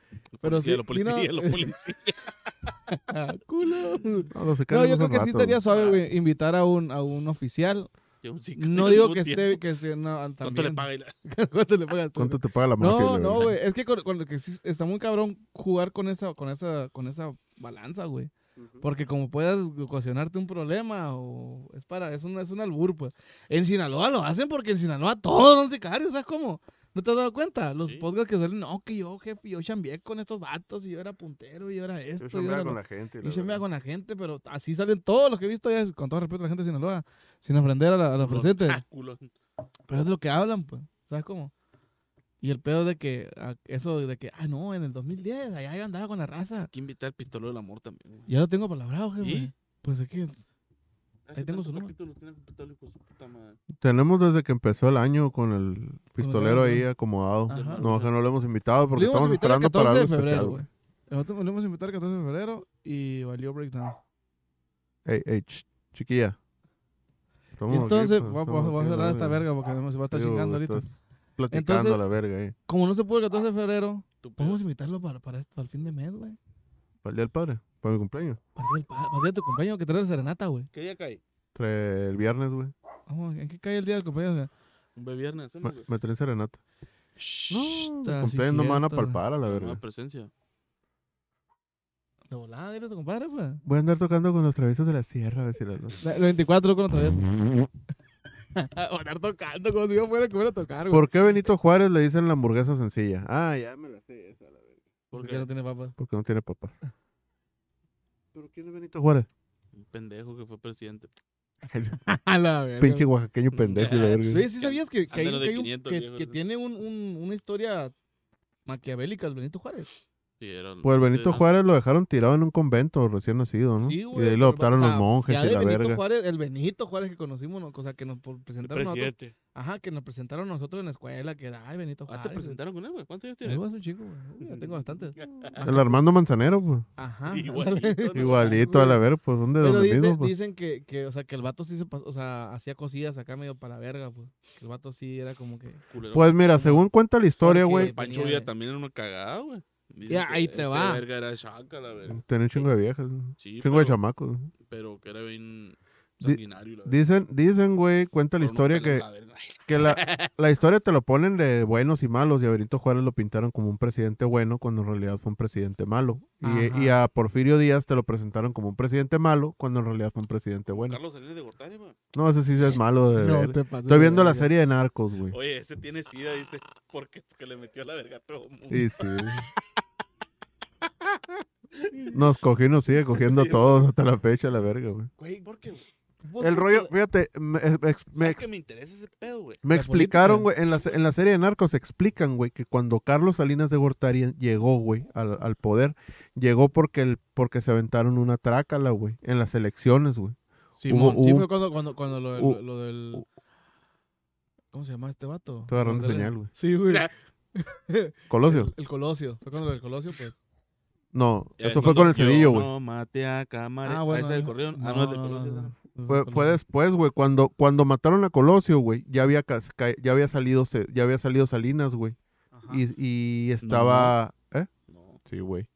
Speaker 1: policía,
Speaker 3: Pero
Speaker 1: la
Speaker 3: sí, sí, no. eh,
Speaker 1: policía, la policía.
Speaker 3: Ah, culo.
Speaker 2: No, los
Speaker 3: No,
Speaker 2: sicarios
Speaker 3: yo creo
Speaker 2: no son
Speaker 3: que sí
Speaker 2: ratas,
Speaker 3: estaría
Speaker 2: güey.
Speaker 3: suave,
Speaker 1: Ah.
Speaker 3: güey, invitar a un, a un oficial.
Speaker 1: Que un sicario
Speaker 3: No
Speaker 1: al
Speaker 3: digo
Speaker 1: mismo
Speaker 3: que
Speaker 1: tiempo.
Speaker 3: esté, que sea, no,
Speaker 1: ¿Cuánto le
Speaker 3: también.
Speaker 1: paga? Y la-
Speaker 3: ¿Cuánto le pagas?
Speaker 2: ¿Cuánto te paga la mafia?
Speaker 3: No,
Speaker 2: güey?
Speaker 3: no, güey. Es que con, con lo que sí está muy cabrón jugar con esa, con esa, con esa balanza, güey. Porque como puedas ocasionarte un problema o es para, es un, es un albur, pues. En Sinaloa lo hacen porque en Sinaloa todos son sicarios, ¿sabes cómo? ¿No te has dado cuenta? Los
Speaker 1: Sí.
Speaker 3: podcasts que salen, no, que yo, jefe, yo chambeé con estos vatos y yo era puntero y yo era esto.
Speaker 2: Yo
Speaker 3: yo
Speaker 2: chambeaba
Speaker 3: era
Speaker 2: con
Speaker 3: lo-
Speaker 2: la gente.
Speaker 3: y
Speaker 2: la
Speaker 3: se me
Speaker 2: verdad.
Speaker 3: con la gente, pero así salen todos los que he visto ya, con todo respeto a la gente de Sinaloa, sin ofender a la, a la presente.
Speaker 1: Ah, culo.
Speaker 3: Pero es de lo que hablan, pues. ¿Sabes cómo? Y el pedo de que, ah, eso de que, ah, no, en el 2010, allá yo andaba con la raza.
Speaker 1: Hay que invitar al pistolero del amor también. güey.
Speaker 3: Ya lo tengo palabrado, jefe.
Speaker 1: ¿Y?
Speaker 3: Pues es que,
Speaker 1: Hace
Speaker 3: tengo
Speaker 1: tantos
Speaker 3: su número.
Speaker 1: capítulos, tiene capítulos, hijo de su puta madre.
Speaker 2: Tenemos desde que empezó el año con el pistolero
Speaker 3: Con el-
Speaker 2: ahí acomodado.
Speaker 3: Ajá.
Speaker 2: No, acá no lo hemos invitado porque
Speaker 3: le íbamos a
Speaker 2: estamos
Speaker 3: invitar el
Speaker 2: esperando
Speaker 3: 14
Speaker 2: para algo
Speaker 3: de febrero,
Speaker 2: especial.
Speaker 3: güey. Nosotros volvimos a invitar el 14 de febrero y valió breakdown.
Speaker 2: Ey, ey, ch- chiquilla. Estamos
Speaker 3: Y
Speaker 2: aquí,
Speaker 3: entonces,
Speaker 2: pues,
Speaker 3: voy a-
Speaker 2: estamos
Speaker 3: voy a
Speaker 2: aquí,
Speaker 3: cerrar
Speaker 2: ¿no?
Speaker 3: esta
Speaker 2: Sí,
Speaker 3: verga porque no se va a estar
Speaker 2: güey,
Speaker 3: chingando ahorita.
Speaker 2: estás Platicando
Speaker 3: Entonces-
Speaker 2: a la verga, eh.
Speaker 3: Como no se pudo el 14 de febrero,
Speaker 1: Tu pedo.
Speaker 3: podemos invitarlo para, para, este- para el fin de mes, güey.
Speaker 2: ¿Para el día del padre? ¿Para mi cumpleaños?
Speaker 3: Para el día del pa- para el día de tu compañero que trae la serenata, güey.
Speaker 1: ¿Qué día cae?
Speaker 2: Tre- el viernes, güey.
Speaker 3: Vamos, ¿en qué cae el día del compañero?
Speaker 1: Un bebé viernes. hacemos,
Speaker 2: Me,
Speaker 1: güey.
Speaker 2: me traen serenata.
Speaker 3: Shh,
Speaker 2: No, mi
Speaker 3: ah, sí,
Speaker 2: cumpleaños no me van a
Speaker 3: cierto, güey.
Speaker 2: palpar a la
Speaker 1: Nueva
Speaker 2: verga.
Speaker 1: presencia.
Speaker 3: De volada, dile a tu compadre, pues.
Speaker 2: Voy a andar tocando con los traviesos de la sierra, a ver si la- los-
Speaker 3: La- Los 24 con los traviesos. Van a estar tocando como si yo fuera a comer a tocar, güey.
Speaker 2: ¿Por qué Benito Juárez le dicen la hamburguesa sencilla? Ah, ya me la sé esa, la verga.
Speaker 3: Porque no tiene papas.
Speaker 2: Porque no tiene papá. ¿Pero quién es Benito Juárez?
Speaker 1: Un pendejo que fue presidente.
Speaker 3: A la verga.
Speaker 2: Pinche oaxaqueño pendejo, la verga.
Speaker 3: Oye, ¿sí sabías que, que, hay-
Speaker 1: Ándale de
Speaker 3: que hay un-
Speaker 1: 500,
Speaker 3: que-
Speaker 1: viejo.
Speaker 3: que tiene un- un- una historia maquiavélica el Benito Juárez?
Speaker 1: Sí, era-
Speaker 2: Pues el
Speaker 1: era-
Speaker 2: Benito Juárez lo dejaron tirado en un convento recién nacido, ¿no?
Speaker 3: Sí,
Speaker 2: y
Speaker 3: güey,
Speaker 2: de ahí
Speaker 3: pero,
Speaker 2: lo adoptaron
Speaker 3: o sea,
Speaker 2: los monjes
Speaker 3: ya
Speaker 2: y
Speaker 3: de
Speaker 2: la
Speaker 3: Benito
Speaker 2: verga.
Speaker 3: Juárez, el Benito Juárez que conocimos, no- o sea, que nos por-
Speaker 1: El
Speaker 3: presentaron a nosotros.
Speaker 1: presidente.
Speaker 3: Ajá, que nos presentaron a nosotros en la escuela, que era, ay, Benito
Speaker 1: Ah,
Speaker 3: Juárez.
Speaker 1: te presentaron con él, güey. ¿Cuántos años
Speaker 3: Ahí
Speaker 1: tienes?
Speaker 3: vas un chico, güey. Uy, ya tengo bastantes.
Speaker 2: El Armando Manzanero, pues.
Speaker 3: Ajá.
Speaker 1: Igualito. ¿no?
Speaker 2: Igualito a la verga, pues son de
Speaker 3: Pero
Speaker 2: donde
Speaker 3: dice-
Speaker 2: mismo, pues.
Speaker 3: dicen que, que, o sea, que el vato sí se pas- o sea, hacía cosillas acá medio para verga, pues. Que el vato sí era como que...
Speaker 1: Culero.
Speaker 2: Pues mira, según cuenta la historia,
Speaker 3: Porque-
Speaker 2: güey,
Speaker 1: Pancho Villa también era una cagada, güey. Dicen
Speaker 3: Ya,
Speaker 1: que
Speaker 3: ahí te
Speaker 1: ese
Speaker 3: va.
Speaker 1: verga era chaca, la verga.
Speaker 2: tenía un chingo de viejas, un
Speaker 1: Sí,
Speaker 2: chingo de
Speaker 1: pero-
Speaker 2: chamacos.
Speaker 1: Pero que era bien
Speaker 2: Di-
Speaker 1: sanguinario, la verga.
Speaker 2: Dicen, dicen, güey, cuenta la
Speaker 1: Pero no
Speaker 2: historia
Speaker 1: pelan
Speaker 2: que,
Speaker 1: la verga. Ay,
Speaker 2: que la, la historia te lo ponen de buenos y malos y a Benito Juárez lo pintaron como un presidente bueno cuando en realidad fue un presidente malo. Y, y
Speaker 3: Ajá.
Speaker 2: a Porfirio Díaz te lo presentaron como un presidente malo cuando en realidad fue un presidente bueno.
Speaker 1: Carlos Salinas de Gortari, güey.
Speaker 2: No, ese sí es malo de ver.
Speaker 3: te pases
Speaker 2: Estoy
Speaker 3: de
Speaker 2: viendo la
Speaker 3: verga.
Speaker 2: serie de Narcos, güey.
Speaker 1: Oye, ese tiene sida, dice. ¿Por qué? Porque le metió a la verga a todo el mundo.
Speaker 2: Y sí. Nos cogió y nos sigue cogiendo a
Speaker 1: Sí,
Speaker 2: todos hasta la fecha, la verga, güey.
Speaker 1: Güey, ¿por qué? güey?
Speaker 3: Pues,
Speaker 2: El
Speaker 3: porque-
Speaker 2: rollo, fíjate, me, ex- me
Speaker 1: ¿Sabes
Speaker 2: ex-
Speaker 1: que me interesa ese pedo, güey?
Speaker 2: me
Speaker 3: La
Speaker 2: explicaron, güey,
Speaker 3: política.
Speaker 2: en la, se- en la serie de Narcos explican, güey, que cuando Carlos Salinas de Gortari llegó, güey, al, al poder, llegó porque, el, porque se aventaron una trácala, güey, en las elecciones, güey.
Speaker 3: Simón,
Speaker 2: hubo-
Speaker 3: sí
Speaker 2: hubo-
Speaker 3: fue cuando, cuando, cuando lo, del-
Speaker 2: hu-
Speaker 3: lo del... ¿Cómo se llama este vato?
Speaker 2: Estoy agarrando
Speaker 3: Cuando le-
Speaker 2: señal, güey.
Speaker 3: Sí, güey.
Speaker 2: Colosio.
Speaker 3: El, el Colosio. Fue cuando lo del Colosio, pues.
Speaker 2: No,
Speaker 1: Ya,
Speaker 2: eso
Speaker 1: no
Speaker 2: fue con el
Speaker 1: toqueó,
Speaker 2: cedillo, güey.
Speaker 1: No, mate a cámara.
Speaker 3: Ah, bueno.
Speaker 1: ¿Ese del
Speaker 3: ya.
Speaker 1: corrido? Ah, no,
Speaker 3: No,
Speaker 1: es del
Speaker 3: no,
Speaker 1: corrido,
Speaker 3: no,
Speaker 1: ese no.
Speaker 3: no. Pues, Es del
Speaker 2: Fue, fue
Speaker 3: Colosio.
Speaker 2: después, güey, cuando, cuando mataron a Colosio, güey, ya había, cas- ca- ya había salido, se- ya había salido Salinas, güey.
Speaker 1: Ajá.
Speaker 2: Y, y estaba. ¿Eh?
Speaker 1: No.
Speaker 2: Sí, güey.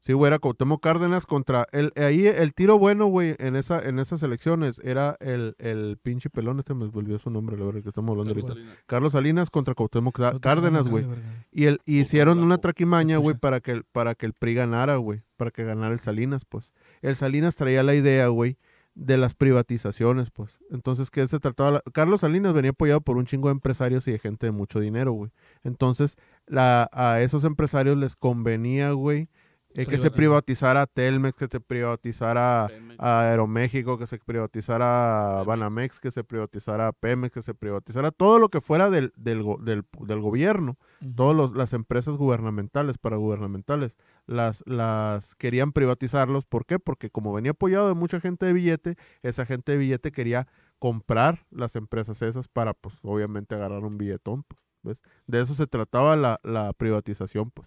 Speaker 2: Sí, güey, era Cuauhtémoc Cárdenas contra. El, ahí el tiro bueno, güey, en, esa, en esas elecciones era el, el pinche pelón, este me volvió su nombre, la verdad, que estamos hablando
Speaker 3: Carlos
Speaker 2: ahorita.
Speaker 1: Salinas.
Speaker 2: Carlos Salinas contra Cuauhtémoc Ca-
Speaker 3: No te
Speaker 2: Cárdenas,
Speaker 3: tocaron,
Speaker 2: güey.
Speaker 3: pues, verga.
Speaker 2: Y el, y
Speaker 1: Ojo,
Speaker 2: hicieron una
Speaker 1: blanco.
Speaker 2: traquimaña,
Speaker 3: Se
Speaker 2: güey,
Speaker 3: escucha.
Speaker 2: para que, el, para que el PRI ganara, güey. Para que ganara el Salinas, pues. El Salinas traía la idea, güey, de las privatizaciones, pues. Entonces, que se trataba? la- Carlos Salinas venía apoyado por un chingo de empresarios y de gente de mucho dinero, güey. Entonces, la, a esos empresarios les convenía, güey, eh, que se
Speaker 3: Privatizar.
Speaker 2: privatizara Telmex, que se privatizara
Speaker 1: Pemex.
Speaker 2: a Aeroméxico, que se privatizara Banamex, que se privatizara Pemex, que se privatizara todo lo que fuera del, del, go- del, del gobierno
Speaker 3: Ujú.
Speaker 2: todas las empresas gubernamentales, paragubernamentales, las, las querían privatizarlos. ¿Por qué? Porque como venía apoyado de mucha gente de billete, esa gente de billete quería comprar las empresas esas para, pues, obviamente agarrar un billetón, pues, ¿ves? De eso se trataba la, la privatización, pues.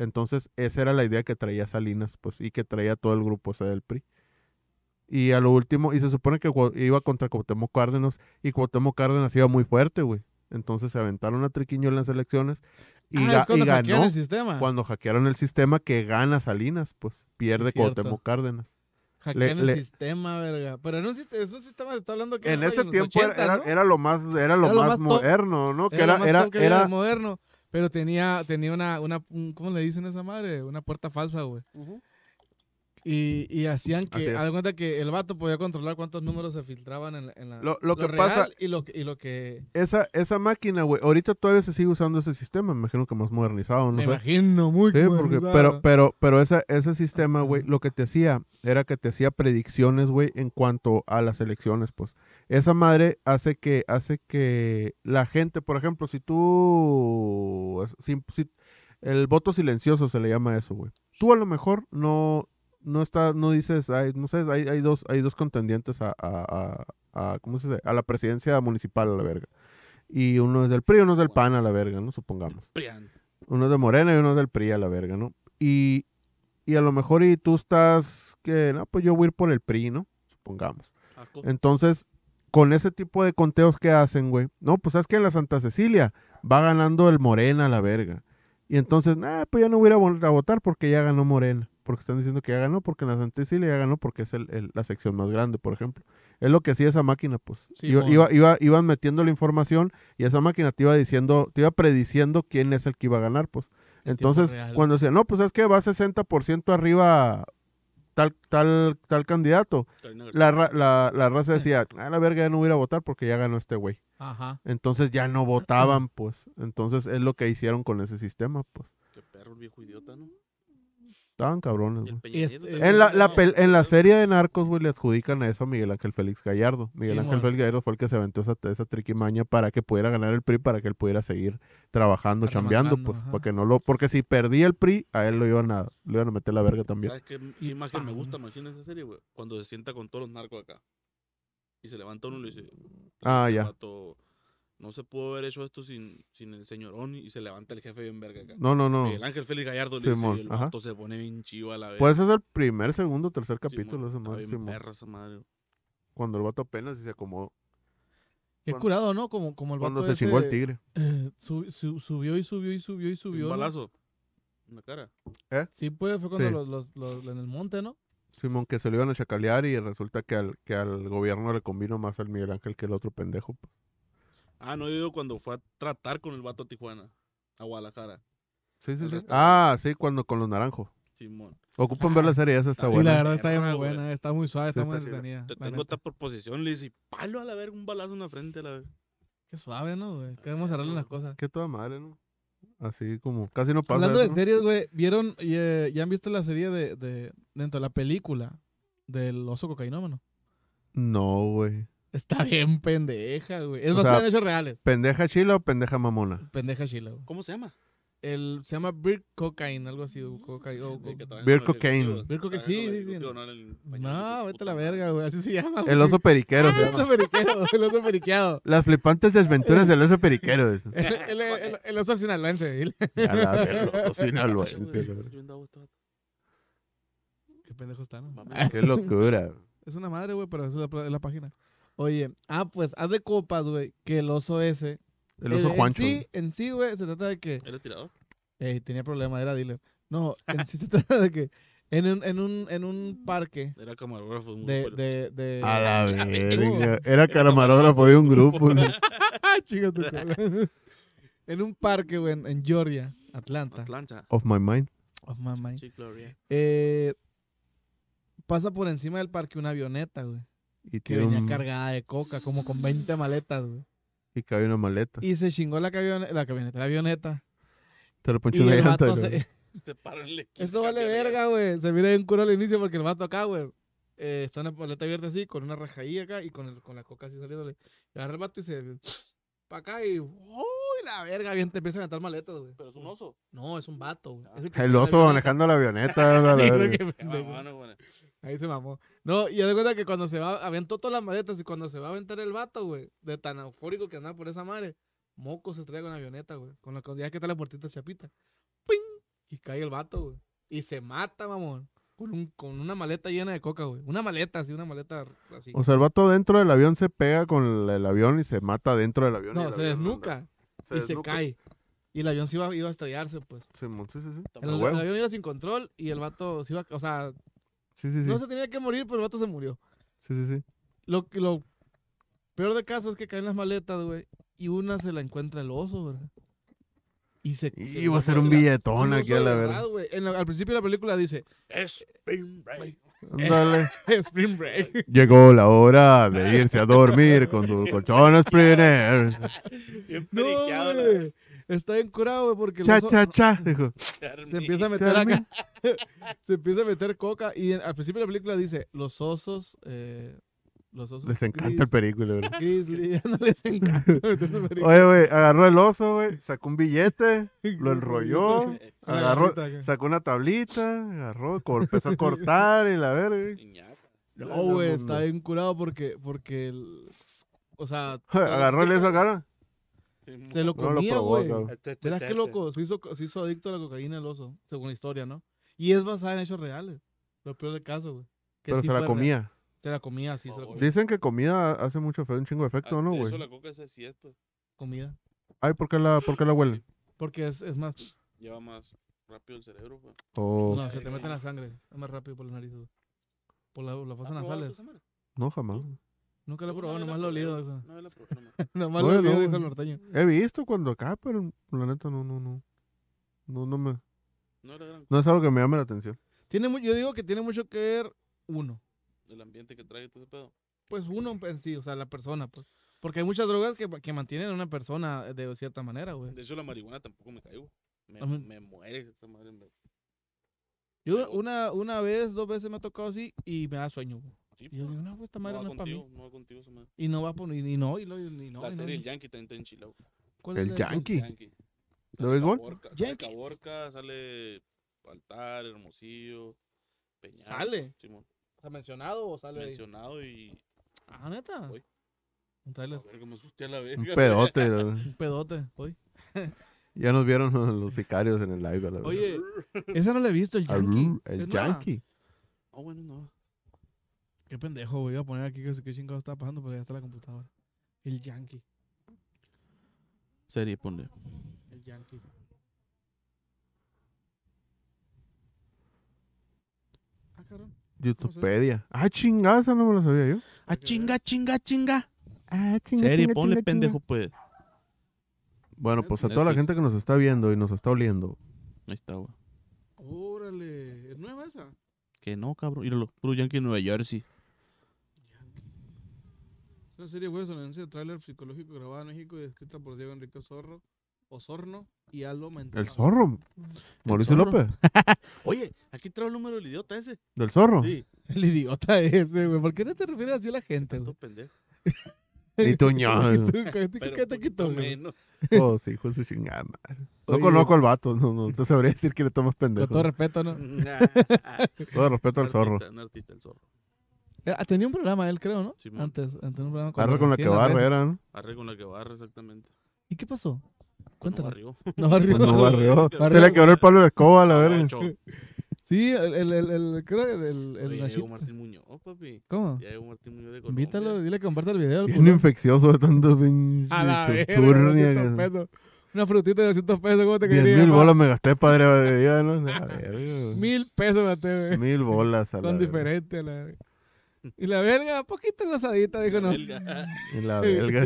Speaker 2: Entonces, esa era la idea que traía Salinas, pues, y que traía todo el grupo ese del PRI. Y a lo último, y se supone que Cuau- iba contra Cuauhtémoc Cárdenas, y Cuauhtémoc Cárdenas iba muy fuerte, güey. Entonces se aventaron a triquiño en las elecciones y,
Speaker 3: Ah,
Speaker 2: ga-
Speaker 3: es cuando
Speaker 2: y
Speaker 3: hackean
Speaker 2: ganó
Speaker 3: el sistema.
Speaker 2: cuando hackearon el sistema que gana Salinas, pues pierde
Speaker 3: Sí, cierto.
Speaker 2: Cuauhtémoc Cárdenas.
Speaker 3: Hackean
Speaker 2: le-
Speaker 3: el
Speaker 2: le-
Speaker 3: sistema, verga. Pero era un sistema, es un sistema, está hablando que
Speaker 2: En
Speaker 3: era
Speaker 2: ese
Speaker 3: los
Speaker 2: tiempo era-
Speaker 3: 80,
Speaker 2: era,
Speaker 3: ¿no?
Speaker 2: era lo más era lo
Speaker 3: Era lo
Speaker 2: más,
Speaker 3: más top.
Speaker 2: moderno, ¿no? Que
Speaker 3: Era
Speaker 2: era
Speaker 3: lo más
Speaker 2: era
Speaker 3: top que había
Speaker 2: era-
Speaker 3: de moderno, pero tenía tenía una una un- ¿cómo le dicen a esa madre? Una puerta falsa, güey.
Speaker 1: Ujú.
Speaker 3: Y, y hacían
Speaker 2: Así
Speaker 3: que,
Speaker 2: es.
Speaker 3: haz de cuenta que el vato podía controlar cuántos números se filtraban en la. en la-
Speaker 2: Lo- lo que
Speaker 3: real
Speaker 2: pasa-
Speaker 3: Y lo, que- y lo que.
Speaker 2: esa esa máquina, güey. Ahorita todavía se sigue usando ese sistema, me imagino que más modernizado, no
Speaker 3: me
Speaker 2: sé.
Speaker 3: imagino, muy
Speaker 2: Sí,
Speaker 3: como
Speaker 2: porque,
Speaker 3: esa-
Speaker 2: pero, pero, pero esa, ese sistema, güey, lo que te hacía era que te hacía predicciones, güey, en cuanto a las elecciones, pues. Esa madre hace que, hace que la gente, por ejemplo, si tú, si- si- el voto silencioso se le llama eso, güey. Tú a lo mejor no, no está, no dices, "Ay, no sé, hay, hay dos, hay dos contendientes a, a- a- a- ¿cómo se dice? A la presidencia municipal a la verga. Y uno es del PRI, uno es del PAN a la verga, ¿no? Supongamos.
Speaker 1: Prian.
Speaker 2: Uno es de Morena y uno es del PRI a la verga, ¿no? Y, y a lo mejor y tú estás que, no, pues yo voy a ir por el PRI, ¿no? Supongamos.
Speaker 1: Aco.
Speaker 2: Eh, Entonces, con ese tipo de conteos que hacen, güey, no, pues sabes que en la Santa Cecilia va ganando el Morena a la verga. Y entonces, nah, pues ya no voy a ir a vol- a votar porque ya ganó Morena. Porque están diciendo que ya ganó porque en la Santa Cecilia ya ganó porque es el- el- la sección más grande, por ejemplo. Es lo que hacía esa máquina, pues.
Speaker 3: Sí,
Speaker 2: iba,
Speaker 3: mon.
Speaker 2: iba- iba- iban metiendo la información y esa máquina te iba diciendo, te iba prediciendo quién es el que iba a ganar, pues. Entonces,
Speaker 1: real.
Speaker 2: cuando decía, no, pues es que va 60% arriba tal, tal, tal candidato, la, ra- la, la raza decía, a la verga, ya no voy a ir a votar porque ya ganó este güey.
Speaker 1: Ajá.
Speaker 2: Entonces ya no votaban, pues. Entonces es lo que hicieron con ese sistema, pues.
Speaker 1: Qué perro, el viejo idiota, ¿no?
Speaker 2: Estaban cabrones, güey.
Speaker 1: Peña
Speaker 3: Este-
Speaker 1: Nieto también
Speaker 2: En la, la
Speaker 1: estaba-
Speaker 2: pel-
Speaker 3: eh,
Speaker 2: en la serie de Narcos, güey, le adjudican a eso a Miguel Ángel Félix Gallardo. Miguel
Speaker 3: Sí,
Speaker 2: Ángel
Speaker 3: mon.
Speaker 2: Félix Gallardo fue el que se aventó esa, esa triquimaña para que pudiera ganar el PRI, para que él pudiera seguir trabajando, chambeando,
Speaker 3: Arrancando,
Speaker 2: pues.
Speaker 3: ajá.
Speaker 2: Porque, no lo, porque si perdía el PRI, a él lo iban a, lo iban a meter la verga también.
Speaker 1: ¿Sabes qué, qué imagen me
Speaker 3: pan.
Speaker 1: gusta más en esa serie, güey? Cuando se sienta con todos los narcos acá. Y se levanta uno y le dice. "Pues,
Speaker 2: Ah,
Speaker 1: "Ese
Speaker 2: ya.
Speaker 1: vato no se pudo haber hecho esto sin, sin el señorón. Y se levanta el jefe bien verga acá.
Speaker 2: No, no, no.
Speaker 1: El ángel Félix Gallardo le
Speaker 2: Simón,
Speaker 1: dice. Y el
Speaker 2: ajá.
Speaker 1: vato se pone bien chivo a la vez.
Speaker 2: Pues ese es el primer, segundo, tercer capítulo, esa
Speaker 1: Está
Speaker 2: madre,
Speaker 1: bien
Speaker 2: Simón.
Speaker 1: perra esa madre, güey.
Speaker 2: Cuando el vato apenas y se acomodó.
Speaker 3: Qué
Speaker 2: Cuando-
Speaker 3: curado, ¿no? Como, como el
Speaker 2: Cuando
Speaker 3: vato
Speaker 2: se chingó el
Speaker 3: ese,
Speaker 2: tigre.
Speaker 3: eh, su- su- subió y subió y subió y subió.
Speaker 1: Un
Speaker 3: ¿no?
Speaker 1: balazo. En la cara.
Speaker 3: Sí, pues fue cuando
Speaker 2: Sí.
Speaker 3: los, los- los- en el monte, ¿no?
Speaker 2: Simón, que se lo iban a chacalear y resulta que al, que al gobierno le convino más al Miguel Ángel que el otro pendejo. pues.
Speaker 1: Ah, no, yo digo cuando fue a tratar con el vato a Tijuana. A Guadalajara.
Speaker 2: Sí, sí,
Speaker 1: El
Speaker 2: sí.
Speaker 1: resto-
Speaker 2: Ah, sí, cuando con los naranjos.
Speaker 1: Simón.
Speaker 2: Ocupan ver la serie, esa está
Speaker 1: Sí,
Speaker 2: buena.
Speaker 1: la verdad está bien muy buena,
Speaker 3: está muy suave,
Speaker 2: está muy
Speaker 3: entretenida.
Speaker 1: Te tengo esta proposición, le dice, palo a la verga, un balazo en la frente a la verga.
Speaker 3: Qué suave, ¿no, güey? Queremos cerrarle las cosas.
Speaker 2: Qué toda madre, ¿no? Así como, casi no pasa.
Speaker 3: Hablando
Speaker 2: eso,
Speaker 3: de
Speaker 2: ¿no?
Speaker 3: series, güey, ¿vieron y, eh, ya han visto la serie de, de dentro de la película del oso cocainómano?
Speaker 2: No, güey.
Speaker 3: Está bien pendeja, güey. Es
Speaker 2: O
Speaker 3: basada
Speaker 2: sea-
Speaker 3: en hechos reales.
Speaker 2: ¿Pendeja chila o pendeja mamona?
Speaker 3: Pendeja chila, güey.
Speaker 1: ¿Cómo se llama?
Speaker 3: El, se llama Bird Cocaine, algo así. o Coca, o-
Speaker 1: El que
Speaker 3: o-
Speaker 1: traen
Speaker 2: Beer
Speaker 1: con el
Speaker 2: cocaine.
Speaker 1: ejecutivo.
Speaker 3: Beer cocaine, sí,
Speaker 1: Traen con el
Speaker 3: sí, sí.
Speaker 1: ejecutivo, no, el pañuelo,
Speaker 3: No,
Speaker 1: hijo de
Speaker 3: vete a
Speaker 1: puta
Speaker 3: la
Speaker 1: madre.
Speaker 3: verga, güey. Así se llama, güey.
Speaker 2: El oso periquero. se
Speaker 3: El
Speaker 2: llama.
Speaker 3: oso periquero, el oso periqueado.
Speaker 2: Las flipantes desventuras del oso periquero. es.
Speaker 3: El, el, el, el oso sinaloense. el-
Speaker 2: Ya la verga, el oso
Speaker 1: Ay, güey,
Speaker 2: sinaloense,
Speaker 1: está
Speaker 2: güey.
Speaker 1: escribiendo a vos, está-
Speaker 3: Qué pendejo está, ¿no?
Speaker 1: Mami,
Speaker 2: Qué locura.
Speaker 3: Es una madre, güey, pero eso es la, es la página. Oye, ah, pues haz de copas, güey, que el oso ese.
Speaker 2: El oso
Speaker 3: en
Speaker 2: Juancho.
Speaker 3: Eh, Sí, en sí, güey, se trata de que.
Speaker 1: ¿Eres tirador?
Speaker 3: Ey, eh, tenía problema, era dealer. No, en sí se trata de que. En un, en un, en un parque
Speaker 1: Era camarógrafo. un Ah,
Speaker 3: de. pues,
Speaker 1: grupero.
Speaker 3: de, de
Speaker 2: A la verga.
Speaker 3: verga.
Speaker 2: Era camarógrafo de un grupo. güey.
Speaker 3: Ah, chinga tu cola. En un parque, güey, en, en Georgia, Atlanta.
Speaker 1: Atlanta.
Speaker 2: Of my mind.
Speaker 3: Oh, mamá.
Speaker 1: Sí, Gloria.
Speaker 3: Eh, pasa por encima del parque una avioneta, güey.
Speaker 2: Y
Speaker 3: Que
Speaker 2: tiene
Speaker 3: venía
Speaker 2: un-
Speaker 3: cargada de coca, como con 20 maletas, güey.
Speaker 2: Y cabe una maleta.
Speaker 3: Y se chingó la camioneta, la camioneta, la avioneta.
Speaker 2: Te lo ponchó
Speaker 3: Y
Speaker 2: una
Speaker 3: el
Speaker 2: llanta,
Speaker 3: vato
Speaker 2: güey.
Speaker 3: se-
Speaker 1: Se paró en la esquina,
Speaker 3: Eso vale
Speaker 1: cambió de-
Speaker 3: verga, güey. Se mira bien curo al inicio porque el vato acá, güey. eh, está una paleta abierta así, con una rajadilla acá y con, el- con la coca así saliéndole. Y agarra el vato y se. Pa' acá y. ¡Uy, la verga! Bien, te empieza a aventar maletas, güey.
Speaker 1: Pero es un oso.
Speaker 3: No, es un vato, güey. Es que
Speaker 2: El
Speaker 3: maneja
Speaker 2: oso
Speaker 3: la
Speaker 2: manejando la avioneta. a la
Speaker 3: avioneta. Sí,
Speaker 2: verga.
Speaker 3: güey, qué
Speaker 1: Qué
Speaker 3: pendejo.
Speaker 1: mamá, no, güey.
Speaker 3: Ahí se mamó. No, y haz de cuenta que cuando se va, aventó todas las maletas y cuando se va a aventar el vato, güey, de tan eufórico que andaba por esa madre, moco se trae con la avioneta, güey, con la cantidad que está la puertita chapita. ¡Ping! Y cae el vato, güey. Y se mata, mamón. Con, un- con una maleta llena de coca, güey. Una maleta así, una maleta así.
Speaker 2: O sea, el vato dentro del avión se pega con el, el avión y se mata dentro del avión. y
Speaker 3: no,
Speaker 2: el
Speaker 3: se
Speaker 2: avión
Speaker 3: desnuca
Speaker 2: anda.
Speaker 3: y se
Speaker 2: desnuca.
Speaker 3: cae. Y el avión se iba, iba a estrellarse, pues.
Speaker 2: Simón, sí, sí, sí.
Speaker 1: Está
Speaker 3: El,
Speaker 2: Ah,
Speaker 1: mal.
Speaker 3: el
Speaker 2: huevo.
Speaker 3: avión iba sin control y el vato se iba, o sea,
Speaker 2: Sí, sí, sí.
Speaker 3: no se tenía que morir, pero el vato se murió.
Speaker 2: Sí, sí, sí.
Speaker 3: Lo, que- lo peor de caso es que caen las maletas, güey. Y una se la encuentra el oso, ¿verdad? Y se. se-
Speaker 2: Y iba a ser un
Speaker 3: la-
Speaker 2: billetón
Speaker 3: un
Speaker 2: aquí
Speaker 3: oso
Speaker 2: a
Speaker 3: de
Speaker 2: la
Speaker 3: verdad,
Speaker 2: verga.
Speaker 3: güey. En la- al principio de la película dice
Speaker 1: Es Spring Break.
Speaker 2: Ándale.
Speaker 3: Spring Break.
Speaker 2: Llegó la hora de irse a dormir con tus colchones primer.
Speaker 1: Bien
Speaker 3: No,
Speaker 1: periqueado, la
Speaker 3: güey. Está bien curado, güey, porque el
Speaker 2: Cha,
Speaker 3: oso
Speaker 2: cha, cha. Dijo.
Speaker 1: verga.
Speaker 3: se empieza a meter acá. se empieza a meter coca. Y en- al principio de la película dice: Los osos. eh, los osos.
Speaker 2: Les encanta el perico, la verdad.
Speaker 3: Grizzly, no les encanta. meterse perico.
Speaker 2: Oye, güey, agarró el oso, güey, sacó un billete, lo enrolló,
Speaker 1: Eh,
Speaker 3: Una
Speaker 2: agarró,
Speaker 3: garrita acá.
Speaker 2: sacó una tablita, agarró, cor- empezó a cortar y la verga.
Speaker 1: Iñaca.
Speaker 3: No, güey, está bien curado porque, porque el, o sea,
Speaker 2: Agarró el eso, agarró.
Speaker 1: Simón.
Speaker 3: se lo
Speaker 2: No lo
Speaker 3: comía,
Speaker 2: probó,
Speaker 3: güey.
Speaker 2: cabrón.
Speaker 1: Este, este,
Speaker 3: Verás
Speaker 1: este,
Speaker 3: qué loco, se hizo, se hizo adicto a la cocaína el oso, según la historia, ¿no? Y es basada en hechos reales, lo peor del caso, güey. que
Speaker 2: Pero
Speaker 3: sí
Speaker 2: se la
Speaker 3: fue real.
Speaker 2: comía.
Speaker 3: Se la comía, sí, se la
Speaker 1: Oh,
Speaker 3: comía.
Speaker 2: Dicen que comida hace mucho efecto, un chingo de
Speaker 3: Ah,
Speaker 2: efecto, ¿no,
Speaker 1: Hasta
Speaker 2: güey?
Speaker 1: Eso Ah, la coca es pues, cierto.
Speaker 3: comida.
Speaker 2: Ay, ¿por qué la, por qué la huelen?
Speaker 3: Porque es, es más,
Speaker 1: Lleva más rápido el cerebro, pues. güey.
Speaker 2: O-
Speaker 3: no, se te mete en la sangre, es más rápido por la nariz, güey. Por la, la
Speaker 1: ¿Has
Speaker 3: fosa
Speaker 1: probado
Speaker 3: nasales.
Speaker 1: esa madre?
Speaker 2: no, jamás.
Speaker 3: Ah, pues, Nunca lo he
Speaker 1: Yo una
Speaker 3: probado,
Speaker 1: vez la
Speaker 3: nomás lo he
Speaker 1: probé,
Speaker 3: olido,
Speaker 1: güey.
Speaker 3: güey.
Speaker 1: Una vez la probé, nomás.
Speaker 3: Nomás lo he
Speaker 2: Bueno,
Speaker 3: olido,
Speaker 2: güey.
Speaker 3: dijo el norteño.
Speaker 2: He visto cuando acá, pero la neta no, no, no. No, no, me,
Speaker 1: No era gran
Speaker 2: no es algo que me llame la atención.
Speaker 3: Tiene, mu- yo digo que tiene mucho que ver uno.
Speaker 1: el ambiente que trae todo ese pedo.
Speaker 3: Pues uno en sí, o sea, la persona, pues. Porque hay muchas drogas que, que mantienen a una persona de cierta manera, güey.
Speaker 1: De hecho, la marihuana tampoco me cayó. Me,
Speaker 3: Ajá.
Speaker 1: me muere esa madre. me-
Speaker 3: Yo una, una vez, dos veces me ha tocado así y me da sueño, güey.
Speaker 1: Sí,
Speaker 3: Y yo
Speaker 1: pues,
Speaker 3: digo, no, güey, esta
Speaker 1: no
Speaker 3: madre
Speaker 1: va
Speaker 3: no, es para
Speaker 1: contigo,
Speaker 3: mí.
Speaker 1: no va contigo esa madre.
Speaker 3: Y no va por... Y, y no, y no, y no. y no,
Speaker 1: la
Speaker 3: y no.
Speaker 1: serie El Yankee también está en Chilao.
Speaker 3: ¿Cuál
Speaker 2: El
Speaker 3: es la-
Speaker 2: Yankee.
Speaker 1: Yankee.
Speaker 2: ¿De
Speaker 1: Sale
Speaker 2: béisbol?
Speaker 1: Caborca, sale
Speaker 3: Yankees.
Speaker 1: Caborca, sale Altar, Hermosillo, Peñal.
Speaker 3: ¿Sale?
Speaker 1: Simón,
Speaker 3: ¿Está mencionado o sale ahí?
Speaker 1: mencionado y.
Speaker 3: Ah, ¿neta?
Speaker 1: Hoy.
Speaker 3: Un trailer.
Speaker 1: A ver cómo asusté a la verga.
Speaker 2: Un pedote. la verdad.
Speaker 3: Un pedote, hoy.
Speaker 2: ya nos vieron los, los sicarios en el live. la verdad.
Speaker 3: Oye, esa no la he visto, el
Speaker 2: Al-
Speaker 3: Yankee.
Speaker 2: el
Speaker 3: Es nueva.
Speaker 2: Yankee.
Speaker 1: No, Ah, bueno, no.
Speaker 3: Qué pendejo, güey. Iba a poner aquí que qué chingado está pasando, pero ya está la computadora. El Yankee.
Speaker 1: Serie, ponle.
Speaker 3: El Yankee. Ah, cabrón.
Speaker 2: Youtubepedia. Ah, chingada, esa no me la sabía yo.
Speaker 1: Ah, chinga, chinga, chinga.
Speaker 2: Ah,
Speaker 1: Serie, ponle pendejo, pues.
Speaker 2: Bueno, pues a toda la
Speaker 1: Netflix.
Speaker 2: gente que nos está viendo y nos está oliendo.
Speaker 1: Ahí está, güey.
Speaker 3: Órale. ¿Es nueva esa?
Speaker 1: Que no, cabrón. Míralo, puro Yankee en Nueva Jersey.
Speaker 3: Es una serie estadounidense de tráiler psicológico grabada en México y escrita por Diego Enrique Zorro, Osorno y Aldo Mendoza.
Speaker 2: El zorro. Mauricio
Speaker 1: zorro.
Speaker 2: López.
Speaker 1: Oye, aquí trae el número del idiota ese.
Speaker 2: Del zorro.
Speaker 1: Sí,
Speaker 3: El idiota ese, güey. ¿Por qué no te refieres así a la gente,
Speaker 1: tanto
Speaker 3: güey?
Speaker 1: pendejo.
Speaker 2: Y tú, ño.
Speaker 3: ¿Qué te- qué te-
Speaker 1: Pero
Speaker 3: qué te
Speaker 1: poquito
Speaker 3: quitó, güey?
Speaker 1: menos.
Speaker 2: Oh, sí, hijo de su chingada madre. No
Speaker 3: Oye.
Speaker 2: conozco al vato, no, no te sabría decir que le tomas pendejo.
Speaker 3: Con todo respeto, ¿no?
Speaker 1: Nah.
Speaker 2: Todo respeto al zorro.
Speaker 1: Artista, Un artista, el zorro.
Speaker 3: Eh, Tenía un programa él, creo, ¿no?
Speaker 1: Simón.
Speaker 3: Antes, antes un programa cuando
Speaker 2: Arre con la
Speaker 3: recién
Speaker 2: que
Speaker 3: las
Speaker 2: barre
Speaker 3: redes-
Speaker 2: era, ¿no?
Speaker 1: Arre con la que barra, exactamente.
Speaker 3: ¿Y qué pasó?
Speaker 1: Cuando
Speaker 3: Cuéntala.
Speaker 1: barrió.
Speaker 3: No barrió.
Speaker 2: Cuando barrió.
Speaker 1: Barrió.
Speaker 2: Se le quebró el palo de la escoba, la verga.
Speaker 1: Ocho.
Speaker 3: Sí, el, el, el, el- creo que el, el, el
Speaker 1: Oye, ya
Speaker 3: Nachito.
Speaker 1: llegó Martín Muñoz, papi.
Speaker 3: ¿Cómo?
Speaker 1: Ya llegó Martín Muñoz de Colombia.
Speaker 3: Invítalo, dile que comparte el video. el
Speaker 2: Bien
Speaker 3: culo.
Speaker 2: infeccioso de tanto pinche
Speaker 3: A la verga,
Speaker 2: churnia
Speaker 3: 200
Speaker 2: que-
Speaker 3: pesos. Una frutita de 200 pesos, ¿cómo te
Speaker 2: 10
Speaker 3: quería?
Speaker 2: mil
Speaker 3: pa?
Speaker 2: bolas me gasté, padre. de Dios, ¿no? A la verga.
Speaker 3: Mil pesos, Mateo. güey.
Speaker 2: Mil bolas. a la
Speaker 3: Son
Speaker 2: verga.
Speaker 3: diferentes, la verga. Y la verga, poquito enlazadita, dijo no.
Speaker 1: La,
Speaker 2: Y la verga.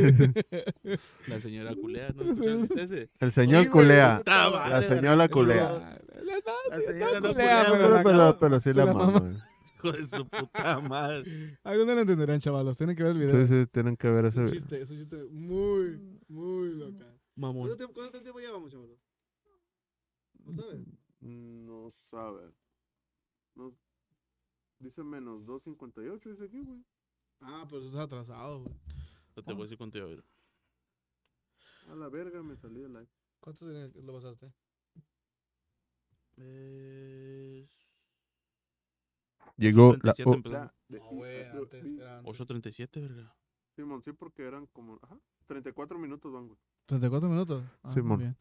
Speaker 1: la señora culea, ¿no? ¿Escucharon ustedes? Ah,
Speaker 2: El señor
Speaker 3: Oye,
Speaker 2: culea.
Speaker 1: Puta
Speaker 2: La
Speaker 1: madre,
Speaker 2: señora culea.
Speaker 3: La- la- la-
Speaker 1: La señora no culea,
Speaker 3: culea, pero
Speaker 1: pero
Speaker 2: Ah,
Speaker 1: pues
Speaker 2: Pero, pero, pero sí
Speaker 3: se
Speaker 2: la
Speaker 3: la
Speaker 2: mama.
Speaker 1: hijo de su puta madre.
Speaker 3: Algunos lo entenderán, chavalos. Tienen que ver el video.
Speaker 2: Sí, sí, tienen que ver
Speaker 3: Es un
Speaker 2: ese.
Speaker 3: chiste, es un chiste muy, muy local.
Speaker 1: Mamón.
Speaker 3: tiempo, tiempo llevamos, chavalos? ¿No sabes?
Speaker 1: Mm.
Speaker 2: No sabe. No. Dice menos 2.58, dice aquí, güey.
Speaker 3: Ah, pero eso es atrasado, güey.
Speaker 1: No te voy a decir contigo, a ver.
Speaker 2: A la verga me salí el live.
Speaker 3: ¿Cuánto tenía- lo pasaste?
Speaker 1: Es-
Speaker 2: Llegó la oh,
Speaker 1: 37 empezó.
Speaker 3: No, güey, antes, era antes.
Speaker 1: 8.37, verga.
Speaker 2: Simón, sí, porque eran como. Ajá, 34 minutos van, güey.
Speaker 3: 34 minutos. Ah,
Speaker 2: Simón.
Speaker 3: muy bien.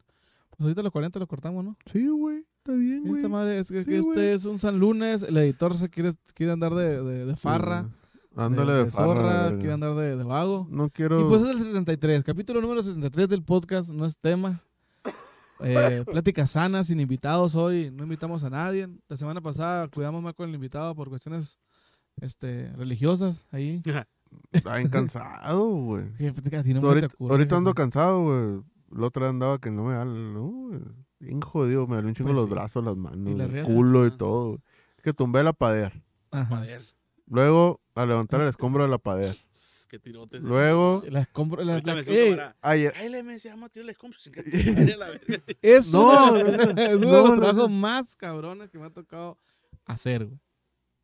Speaker 3: Pues ahorita los 40 los cortamos, ¿no?
Speaker 2: Sí, güey, está bien,
Speaker 3: Esta madre, es que,
Speaker 2: Sí,
Speaker 3: que este
Speaker 2: güey.
Speaker 3: es un San Lunes, el editor se quiere, quiere andar de, de, de farra.
Speaker 2: Ándale de, farra,
Speaker 3: zorra,
Speaker 2: verga.
Speaker 3: quiere andar de, de vago.
Speaker 2: No quiero.
Speaker 3: Y pues es el 73, capítulo número 73 del podcast, no es tema. Eh, pláticas sanas, sin invitados hoy, no invitamos a nadie. La semana pasada cuidamos más con el invitado por cuestiones este, religiosas ahí.
Speaker 2: Está bien cansado, güey.
Speaker 3: Que, fíjate que a ti no me
Speaker 2: ahorita,
Speaker 3: te ocurre,
Speaker 2: ahorita ando
Speaker 3: fíjate.
Speaker 2: cansado, güey. La otra andaba que no me da, no, güey. Bien jodido, me dolió un chingo
Speaker 3: Pues
Speaker 2: los
Speaker 3: sí.
Speaker 2: brazos, las
Speaker 3: Y
Speaker 2: manos,
Speaker 3: la
Speaker 2: el
Speaker 3: riata.
Speaker 2: culo y
Speaker 1: Ah.
Speaker 2: todo. güey. Es que tumbé la pader.
Speaker 3: Ajá.
Speaker 1: Joder.
Speaker 2: Luego a levantar el escombro de la pader.
Speaker 1: Qué tirote. ese.
Speaker 2: Luego.
Speaker 3: Las compro. Las,
Speaker 1: Ahorita
Speaker 3: las-
Speaker 1: me
Speaker 3: ¡Ey!
Speaker 1: siento para.
Speaker 2: Ayer.
Speaker 1: Ay, le me decía, vamos a tirarle escombros. chingate, madre, a la verga.
Speaker 3: Es
Speaker 2: No,
Speaker 3: uno,
Speaker 2: no, no.
Speaker 3: es uno
Speaker 2: No,
Speaker 3: de
Speaker 2: no,
Speaker 3: los trabajos
Speaker 2: no.
Speaker 3: más cabrones que me ha tocado hacer, güey.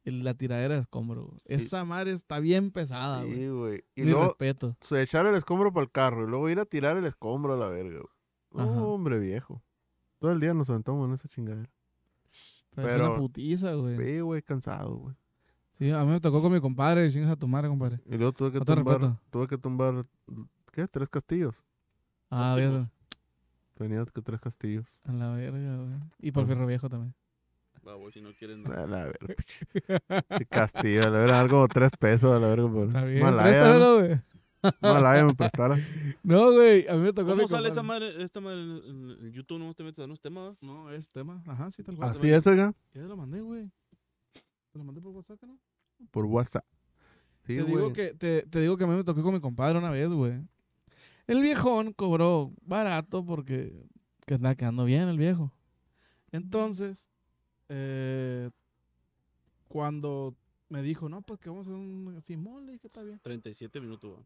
Speaker 3: El- La tiradera de escombro, güey. Esa madre está bien pesada, Ah, güey.
Speaker 2: Sí, güey. Y
Speaker 3: Mi
Speaker 2: luego
Speaker 3: respeto.
Speaker 2: se echar el escombro para el carro y luego ir a tirar el escombro a la verga. güey. No,
Speaker 3: Ajá.
Speaker 2: hombre viejo. Todo el día nos sentamos en esa chingadera.
Speaker 3: Pero es
Speaker 2: Pero-
Speaker 3: una putiza, güey.
Speaker 2: Sí, güey, cansado, güey.
Speaker 3: Sí, a mí me tocó con mi compadre. Chingas a tu madre, compadre.
Speaker 2: Y luego tuve que
Speaker 3: No te
Speaker 2: tumbar,
Speaker 3: respeto.
Speaker 2: tuve que tumbar, ¿qué? Tres castillos.
Speaker 3: Ah,
Speaker 1: Óptimo.
Speaker 3: bien.
Speaker 2: Tenía que tres castillos.
Speaker 3: A la verga, güey. Y por
Speaker 2: Ajá.
Speaker 3: Fierro Viejo también.
Speaker 1: Vamos, si no quieren nada.
Speaker 2: A la verga. Qué Castillo, a la verga, algo como tres pesos, a la verga. Por...
Speaker 3: Está bien.
Speaker 2: Malaya, ¿no?
Speaker 3: préstamelo, güey.
Speaker 2: Malaya me prestara.
Speaker 3: No, güey. A mí me tocó a mi
Speaker 1: ¿Cómo sale esa
Speaker 3: compadre.
Speaker 1: madre, esta madre en, en- en YouTube? No te metes a unos temas.
Speaker 3: No, es tema. Ajá, sí, tal cual.
Speaker 2: Así es, oiga,
Speaker 3: Ya te lo mandé, güey. Te lo mandé por WhatsApp, ¿no?
Speaker 2: por WhatsApp. Sí,
Speaker 3: te,
Speaker 2: güey.
Speaker 3: digo que, te, te digo que a mí me tocó con mi compadre una vez, güey. El viejón cobró barato porque que andaba quedando bien el viejo. Entonces, eh, cuando me dijo, no, pues que vamos a hacer un... Simón, le dije, está bien.
Speaker 1: 37 minutos. güey.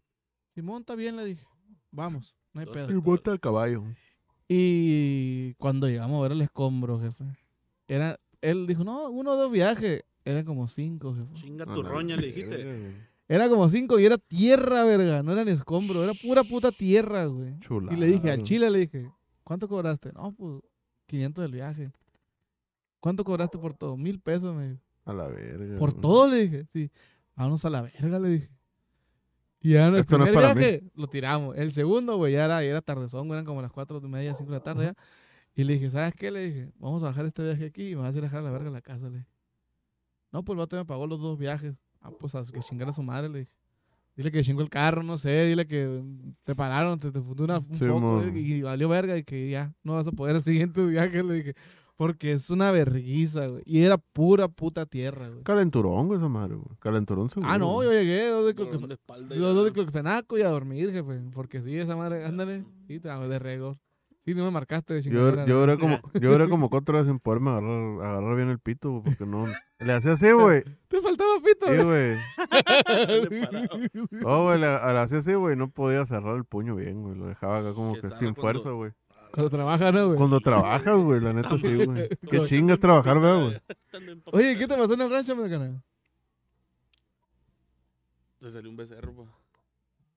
Speaker 3: Simón, está bien, le dije. Vamos, no hay
Speaker 1: Dos.
Speaker 3: pedo.
Speaker 2: El bote al caballo.
Speaker 3: Y cuando llegamos a ver el escombro, jefe, era, él dijo, no, uno o dos viajes. Eran como cinco, jefe.
Speaker 1: Chinga
Speaker 2: Ah,
Speaker 1: tu
Speaker 2: la
Speaker 1: roña, le dijiste.
Speaker 2: verga.
Speaker 3: Era como cinco y era tierra, verga. No era ni escombro, era pura puta tierra, güey.
Speaker 2: Chulada.
Speaker 3: Y le dije, al Chile le dije, ¿cuánto cobraste? No, pues, 500 del viaje. ¿Cuánto cobraste por todo? Mil pesos, me dijo.
Speaker 2: A la verga.
Speaker 3: Por
Speaker 2: güey.
Speaker 3: todo, le dije. Sí. Vámonos a la verga, le dije. Y ya en el
Speaker 2: Esto no es
Speaker 3: primer
Speaker 2: para
Speaker 3: viaje lo tiramos. El segundo, güey, ya era, ya era tardezón, güey, eran como las cuatro y media, cinco de la tarde ya. Y le dije, ¿sabes qué? Le dije, vamos a bajar este viaje aquí y me vas a ir a dejar a la verga a la casa, le dije. No, pues el vato me pagó los dos viajes. Ah, pues a que chingar a su madre, le dije. Dile que chingó el carro, no sé, dile que mm, te pararon, te, te fundó una, un
Speaker 2: Sí,
Speaker 3: foco,
Speaker 2: mon.
Speaker 3: eh, y valió verga y que ya no vas a poder el siguiente viaje, le dije. Porque es una verguiza, güey. Y era pura puta tierra, güey.
Speaker 2: Calenturón, güey, esa madre, güey. Calenturón seguro.
Speaker 3: Ah, no, yo
Speaker 2: güey.
Speaker 3: llegué dos de
Speaker 1: Dolor de
Speaker 3: cloquef-
Speaker 1: espalda. y
Speaker 3: dos- dos de
Speaker 1: la-
Speaker 3: cloquefenaco y a dormir, jefe. Porque sí, esa madre, ándale. Sí, te hago de regor. Sí, no me marcaste de
Speaker 2: Yo,
Speaker 3: chingadera.
Speaker 2: yo duré como, yo duré como cuatro veces en poderme agarrar, agarrar bien el pito, güey, porque no. Le hacía así, güey.
Speaker 3: Te faltaba pito,
Speaker 2: Sí, güey.
Speaker 1: Dale parado.
Speaker 2: Oh, güey, le, le hacía así, güey. No podía cerrar el puño bien, güey. Lo dejaba acá como
Speaker 1: Qué
Speaker 2: que
Speaker 1: zarra
Speaker 2: sin
Speaker 1: cuando-
Speaker 2: fuerza, güey.
Speaker 3: Cuando trabajas, ¿no, güey?
Speaker 2: Cuando trabajas, güey, la neta sí, güey. Qué
Speaker 1: Como
Speaker 2: chingas trabajar,
Speaker 1: estando
Speaker 2: güey.
Speaker 1: estando en
Speaker 3: Oye, ¿qué te pasó en el rancho, americano?
Speaker 1: Te salió un becerro, pa.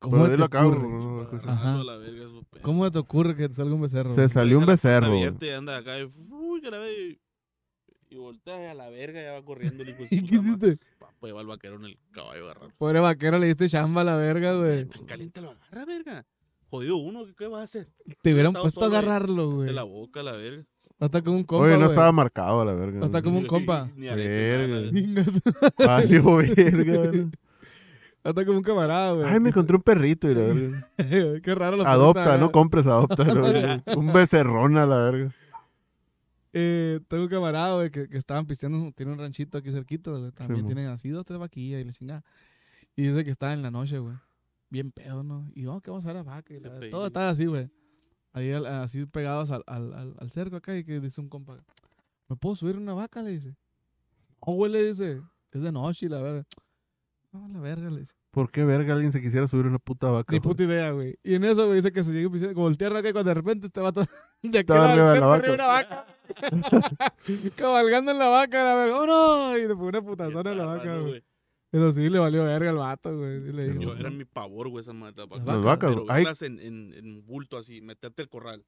Speaker 2: Pero dilo acá, güey.
Speaker 3: ocurre?
Speaker 2: no, güey.
Speaker 1: Ajá. La verga, es un perro.
Speaker 3: ¿Cómo te ocurre que te salga un becerro?
Speaker 2: Se
Speaker 3: güey?
Speaker 2: salió un
Speaker 1: Deja la puerta
Speaker 2: becerro, güey.
Speaker 1: abierta y anda acá y, uy, que la ve, y- y voltea a la verga, ya va corriendo el hijo de su
Speaker 3: ¿Y qué
Speaker 1: puta madre.
Speaker 3: hiciste?
Speaker 1: Pa, Pues va el vaquero en el caballo agarrar.
Speaker 3: Pobre vaquero, le diste chamba a la verga, güey.
Speaker 1: Tan caliente lo agarra, verga. Jodido uno, ¿qué, qué vas a hacer?
Speaker 3: Te hubieran
Speaker 1: estaba
Speaker 3: puesto a
Speaker 1: solo ahí.
Speaker 3: agarrarlo, güey.
Speaker 1: De la boca, la verga.
Speaker 3: No está como un compa,
Speaker 2: Oye, no
Speaker 3: güey.
Speaker 2: estaba marcado, la verga.
Speaker 3: No está como un compa.
Speaker 1: Ni arete, nada, la verga.
Speaker 2: Valió verga, güey.
Speaker 3: No está como un camarada, güey.
Speaker 2: Ay, me encontré un perrito y la verga.
Speaker 3: Qué raro la
Speaker 2: Adopta,
Speaker 3: puta,
Speaker 2: no compres, adopta. la verga. Un becerrón a la verga.
Speaker 3: Eh, tengo un camarada, güey, que, que estaban pisteando, su- tiene un ranchito aquí cerquita, güey. También
Speaker 2: mo.
Speaker 3: tienen así dos, tres vaquillas y la chingada. Y dice que estaba en la noche, güey. Bien pedo, ¿no? Y vamos, que vamos a ver las vacas. y la-
Speaker 1: Qué
Speaker 3: todo
Speaker 1: pedo.
Speaker 3: estaba así, güey. Ahí al- así pegados al, al, al- al cerco acá y que dice un compa, ¿me puedo subir una vaca? Le dice. No, güey, le dice, es de noche y la verga. No, la verga, le dice.
Speaker 2: ¿Por qué verga alguien se quisiera subir una puta vaca?
Speaker 3: Ni
Speaker 2: güey?
Speaker 3: puta idea, güey. Y en eso, güey, dice que se llega un piscina, como el tierra acá y cuando de repente te va todo. De aquí
Speaker 2: Estaba
Speaker 3: a-
Speaker 2: arriba de la
Speaker 3: arriba una vaca. Cabalgando en la vaca, la verga. ¡Oh, no! Y le pone una putazona a la
Speaker 1: Qué
Speaker 3: vaca,
Speaker 1: zarra, ¿no,
Speaker 3: güey. Pero sí, le valió verga al vato, güey. Y le
Speaker 2: Sí,
Speaker 3: digo,
Speaker 1: Yo
Speaker 2: güey.
Speaker 1: era mi pavor, güey, esa madre. la vaca.
Speaker 3: Las
Speaker 2: vacas,
Speaker 1: Pero
Speaker 2: güey. Ay.
Speaker 1: verlas en, en, en bulto así, meterte el corral.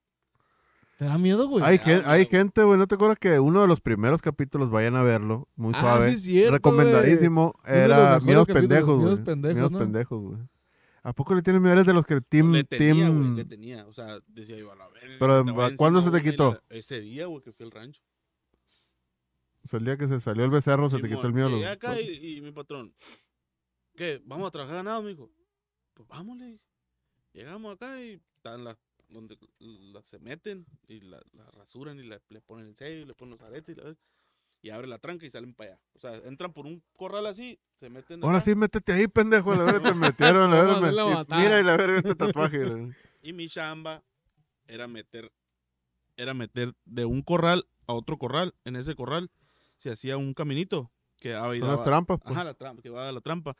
Speaker 3: ¿te da miedo, güey?
Speaker 2: Hay,
Speaker 1: Ah,
Speaker 2: gen-
Speaker 1: güey.
Speaker 2: hay gente, güey, ¿no te acuerdas que uno de los primeros capítulos vayan a verlo? Muy
Speaker 3: Ah,
Speaker 2: suave.
Speaker 3: sí es cierto,
Speaker 2: Recomendadísimo.
Speaker 3: de los
Speaker 2: Era
Speaker 3: mejores
Speaker 2: Miedos
Speaker 3: capítulos,
Speaker 2: Pendejos, güey.
Speaker 3: Miedos Pendejos,
Speaker 2: Miedos
Speaker 3: ¿no?
Speaker 2: Pendejos, güey. ¿A poco le tienes miedo? Eres de los que Team...
Speaker 1: le tenía, güey,
Speaker 2: team-
Speaker 1: le tenía. O sea, decía yo, a la verga.
Speaker 2: Pero,
Speaker 1: te va encima
Speaker 2: ¿cuándo se te
Speaker 1: una y
Speaker 2: quitó?
Speaker 1: la- Ese día, güey, que fui al rancho.
Speaker 2: O sea, el día que se salió el becerro se te quitó el
Speaker 1: Simón,
Speaker 2: miedo. a los-
Speaker 1: Llegué acá y, y mi patrón, ¿qué? ¿Vamos a trabajar ganado, mijo? Pues vámonos. Llegamos acá y están las donde la- se meten y la, la rasuran y la- le ponen el sello y le ponen los aretes y la verga, y abre la tranca y salen para allá. O sea, entran por un corral así, se meten
Speaker 2: Ahora
Speaker 1: acá,
Speaker 2: sí, métete ahí, pendejo. La verga te metieron, la
Speaker 3: Vamos a
Speaker 2: verga.
Speaker 3: hacer la
Speaker 2: me- y-
Speaker 3: batalla.
Speaker 2: Mira, y la verga este tatuaje. la verga.
Speaker 1: y mi chamba era meter era meter de un corral a otro corral, en ese corral se hacía un caminito que daba y
Speaker 2: Son las
Speaker 1: daba-
Speaker 2: trampas, pues.
Speaker 1: Ajá, la trampa, que va a la trampa.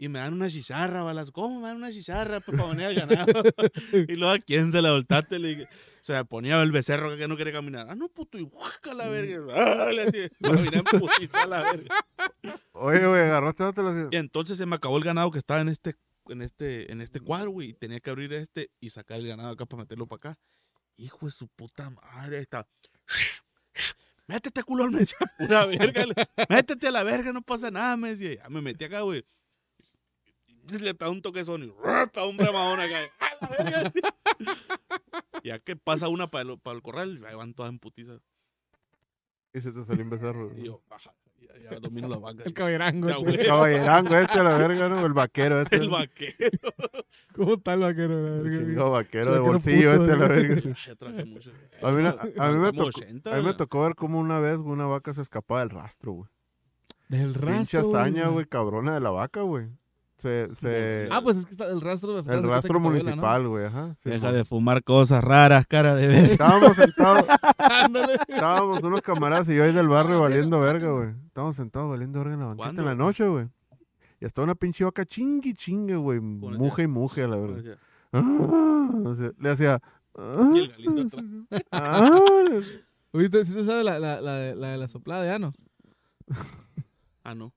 Speaker 1: Y me dan una chicharra, balas. ¿Cómo me dan una chicharra? Pues para venir al ganado. y luego a quién se la voltaste. Le dije, o sea, ponía el becerro que no quiere caminar. Ah, no, puto, y guaca
Speaker 2: Mm.
Speaker 1: la verga. Ah, le hacía, caminé en putiza la verga.
Speaker 2: Oye, güey, agarraste otro. la-
Speaker 1: Y entonces se me acabó el ganado que estaba en este, en este, en este cuadro, güey. Y tenía que abrir este y sacar el ganado acá para meterlo para acá. Hijo de su puta madre, ahí está. Métete, culo, me decía. Una verga. le- Métete a la verga, no pasa nada, me decía. Ya me metí acá, güey. Y Le pegó un toque de Sony. Para un bramahón acá. A la verga, así. Ya que pasa una para el, para el corral, ahí van todas en putiza.
Speaker 2: Y se te salió un becerro.
Speaker 1: Y yo, ajá, ya, ya domino la vaca.
Speaker 3: El caberango.
Speaker 1: Ya,
Speaker 3: güey.
Speaker 1: güey.
Speaker 2: Caballerango este, la verga, ¿no? El vaquero este.
Speaker 1: El vaquero.
Speaker 3: ¿Cómo está el vaquero, la
Speaker 2: El
Speaker 3: verga, güey?
Speaker 2: chingado vaquero de
Speaker 3: Vaquero
Speaker 2: bolsillo
Speaker 3: puto,
Speaker 2: este, la
Speaker 3: ¿no?
Speaker 2: verga.
Speaker 1: Ya traje mucho.
Speaker 2: A mí, a- a mí me
Speaker 1: Como
Speaker 2: tocó,
Speaker 1: 80,
Speaker 2: a mí me
Speaker 1: ¿verdad?
Speaker 2: tocó ver como una vez una vaca se escapaba del rastro, güey.
Speaker 3: Del
Speaker 2: Pinche
Speaker 3: rastro.
Speaker 2: hazaña, güey, cabrona de la vaca, güey. se, se-
Speaker 3: Ah, pues es que está el rastro
Speaker 2: el rastro municipal, güey, ajá. sí,
Speaker 1: Deja
Speaker 2: mon.
Speaker 1: de fumar cosas raras, cara de ver.
Speaker 2: Estábamos sentados,
Speaker 3: Ándale.
Speaker 2: estábamos unos camaradas y yo ahí del
Speaker 1: Ah,
Speaker 2: barrio valiendo verga, güey. Estábamos sentados valiendo verga en la banqueta
Speaker 1: ¿Cuándo,
Speaker 2: en la
Speaker 1: güey?
Speaker 2: noche, güey. Y hasta una pinche vaca chingui chingue, güey.
Speaker 1: el-
Speaker 2: Muje y muje, a la verdad.
Speaker 1: Y
Speaker 2: le hacía. ah,
Speaker 1: el galito atrás.
Speaker 2: ah,
Speaker 3: Oíste, ¿sí te sabe la, la, la, de- la de la soplada de ano?
Speaker 1: Ah, no.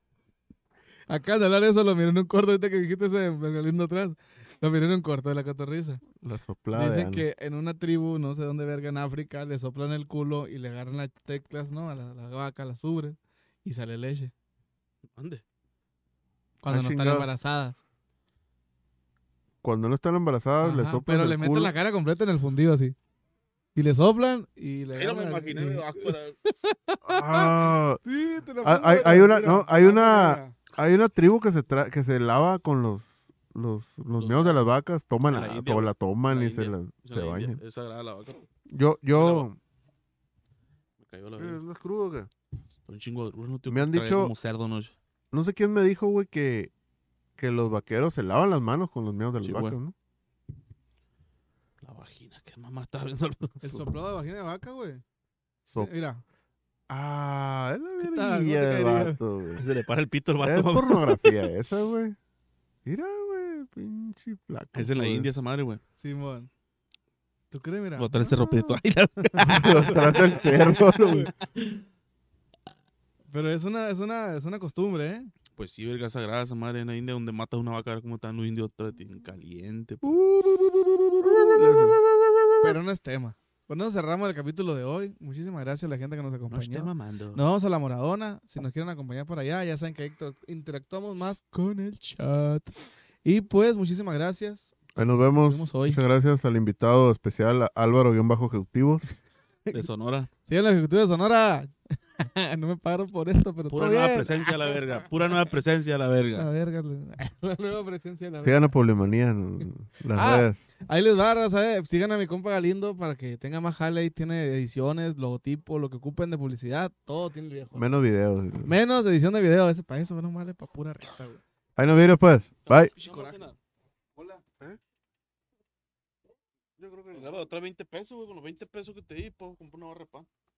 Speaker 3: Acá de hablar de eso lo miré en un corto, ahorita que dijiste ese del lindo atrás. Lo miré en un corto de la cotorriza.
Speaker 2: la soplada. de
Speaker 3: Dicen
Speaker 2: ano.
Speaker 3: que en una tribu, no sé dónde verga, en África, le soplan el culo y le agarran las teclas, ¿no? A la, la vaca, las ubres y sale leche.
Speaker 1: ¿Dónde?
Speaker 3: Cuando
Speaker 2: Ah,
Speaker 3: no
Speaker 2: chingado.
Speaker 3: están embarazadas.
Speaker 2: Cuando no están embarazadas, Ah, le
Speaker 3: Ajá,
Speaker 2: soplan.
Speaker 3: pero
Speaker 2: el
Speaker 3: le meten
Speaker 2: culo.
Speaker 3: la cara completa en el fundido así. Y le soplan y le.
Speaker 1: Mira, me
Speaker 3: agarran-
Speaker 1: imaginé. me bajo la-
Speaker 2: Ah,
Speaker 3: Sí, te lo
Speaker 2: Hay-
Speaker 3: juro,
Speaker 2: hay-
Speaker 3: mira,
Speaker 2: hay una-
Speaker 3: mira,
Speaker 2: no, hay
Speaker 3: mira,
Speaker 2: una-
Speaker 3: mira.
Speaker 2: Hay una tribu que se tra- que se lava con los los, los
Speaker 1: Los-
Speaker 2: meados de las vacas, toman
Speaker 1: la
Speaker 2: la,
Speaker 1: India,
Speaker 2: to-
Speaker 1: güey.
Speaker 2: la toman
Speaker 1: La
Speaker 2: y se
Speaker 1: India.
Speaker 2: la
Speaker 1: Esa
Speaker 2: se
Speaker 1: la India,
Speaker 2: bañan.
Speaker 1: Es sagrada la vaca.
Speaker 2: Yo yo
Speaker 1: Me cayó la
Speaker 2: Eh,
Speaker 1: verga.
Speaker 2: no es crudo, güey.
Speaker 1: Un chingo de ruido, tío,
Speaker 2: Me han
Speaker 1: traía
Speaker 2: dicho-
Speaker 1: Como cerdo, ¿no?
Speaker 2: No sé quién me dijo, güey, que, que los vaqueros se lavan las manos con los meados de las
Speaker 1: Sí, güey.
Speaker 2: vacas, ¿no?
Speaker 1: La vagina, que mamá está viendo.
Speaker 3: El soplado de vagina de vaca, güey.
Speaker 2: So-
Speaker 3: Mira.
Speaker 2: Ah, es la
Speaker 3: ¿Qué tal? ¿Cómo te
Speaker 2: verguilla del
Speaker 3: caería?
Speaker 2: vato, güey.
Speaker 1: Se le para el pito al
Speaker 2: Es
Speaker 1: vato, mamá.
Speaker 2: pornografía esa, güey. Mira, güey, pinche placa.
Speaker 1: Es en la India esa madre, güey.
Speaker 3: Simón. ¿Tú crees, mira?
Speaker 1: Botar el cerro prieto. Ay, la-
Speaker 2: Los trata el cerdo, güey.
Speaker 3: Pero es una, es una, es una costumbre, ¿eh?
Speaker 1: Pues sí, verga sagrada esa madre en la India, donde matas una vaca, a ver cómo están los indios otra vez, en caliente. po.
Speaker 2: Le hacen.
Speaker 3: Pero no es tema. Con eso cerramos el capítulo de hoy. Muchísimas gracias a la gente que nos
Speaker 1: No pues. esté
Speaker 3: acompañó. Nos
Speaker 1: mamando.
Speaker 3: vamos a la Moradona. Si nos quieren acompañar por allá, ya saben que ahí inter- interactuamos más con el chat. Y pues, muchísimas gracias.
Speaker 2: Ahí nos
Speaker 3: Sí,
Speaker 2: vemos.
Speaker 3: estuvimos hoy.
Speaker 2: Muchas gracias al invitado especial a Álvaro-Ejecutivos.
Speaker 1: De Sonora.
Speaker 3: Sigan la Ejecutiva de Sonora. no me pagaron por esto, pero
Speaker 1: Pura
Speaker 3: todo
Speaker 1: nueva
Speaker 3: bien.
Speaker 1: presencia a la verga. Pura nueva presencia a la
Speaker 3: La
Speaker 1: verga.
Speaker 3: verga. La nueva presencia de la verga.
Speaker 2: Sigan a Problemanía en las
Speaker 3: Ah.
Speaker 2: redes.
Speaker 3: Ahí les va, raza, eh. Sigan a mi compa Galindo para que tenga más jale. Ahí tiene ediciones, logotipo, lo que ocupen de publicidad. Todo tiene el viejo.
Speaker 2: Menos videos.
Speaker 3: Menos edición de video. Ese para eso, menos mal, es para pura reta, güey.
Speaker 2: Ahí nos vemos, pues. Bye.
Speaker 1: Hola. ¿Eh? Yo creo que. Otra 20 pesos, güey. Con los 20 pesos que te di, puedo comprar una barra de pan.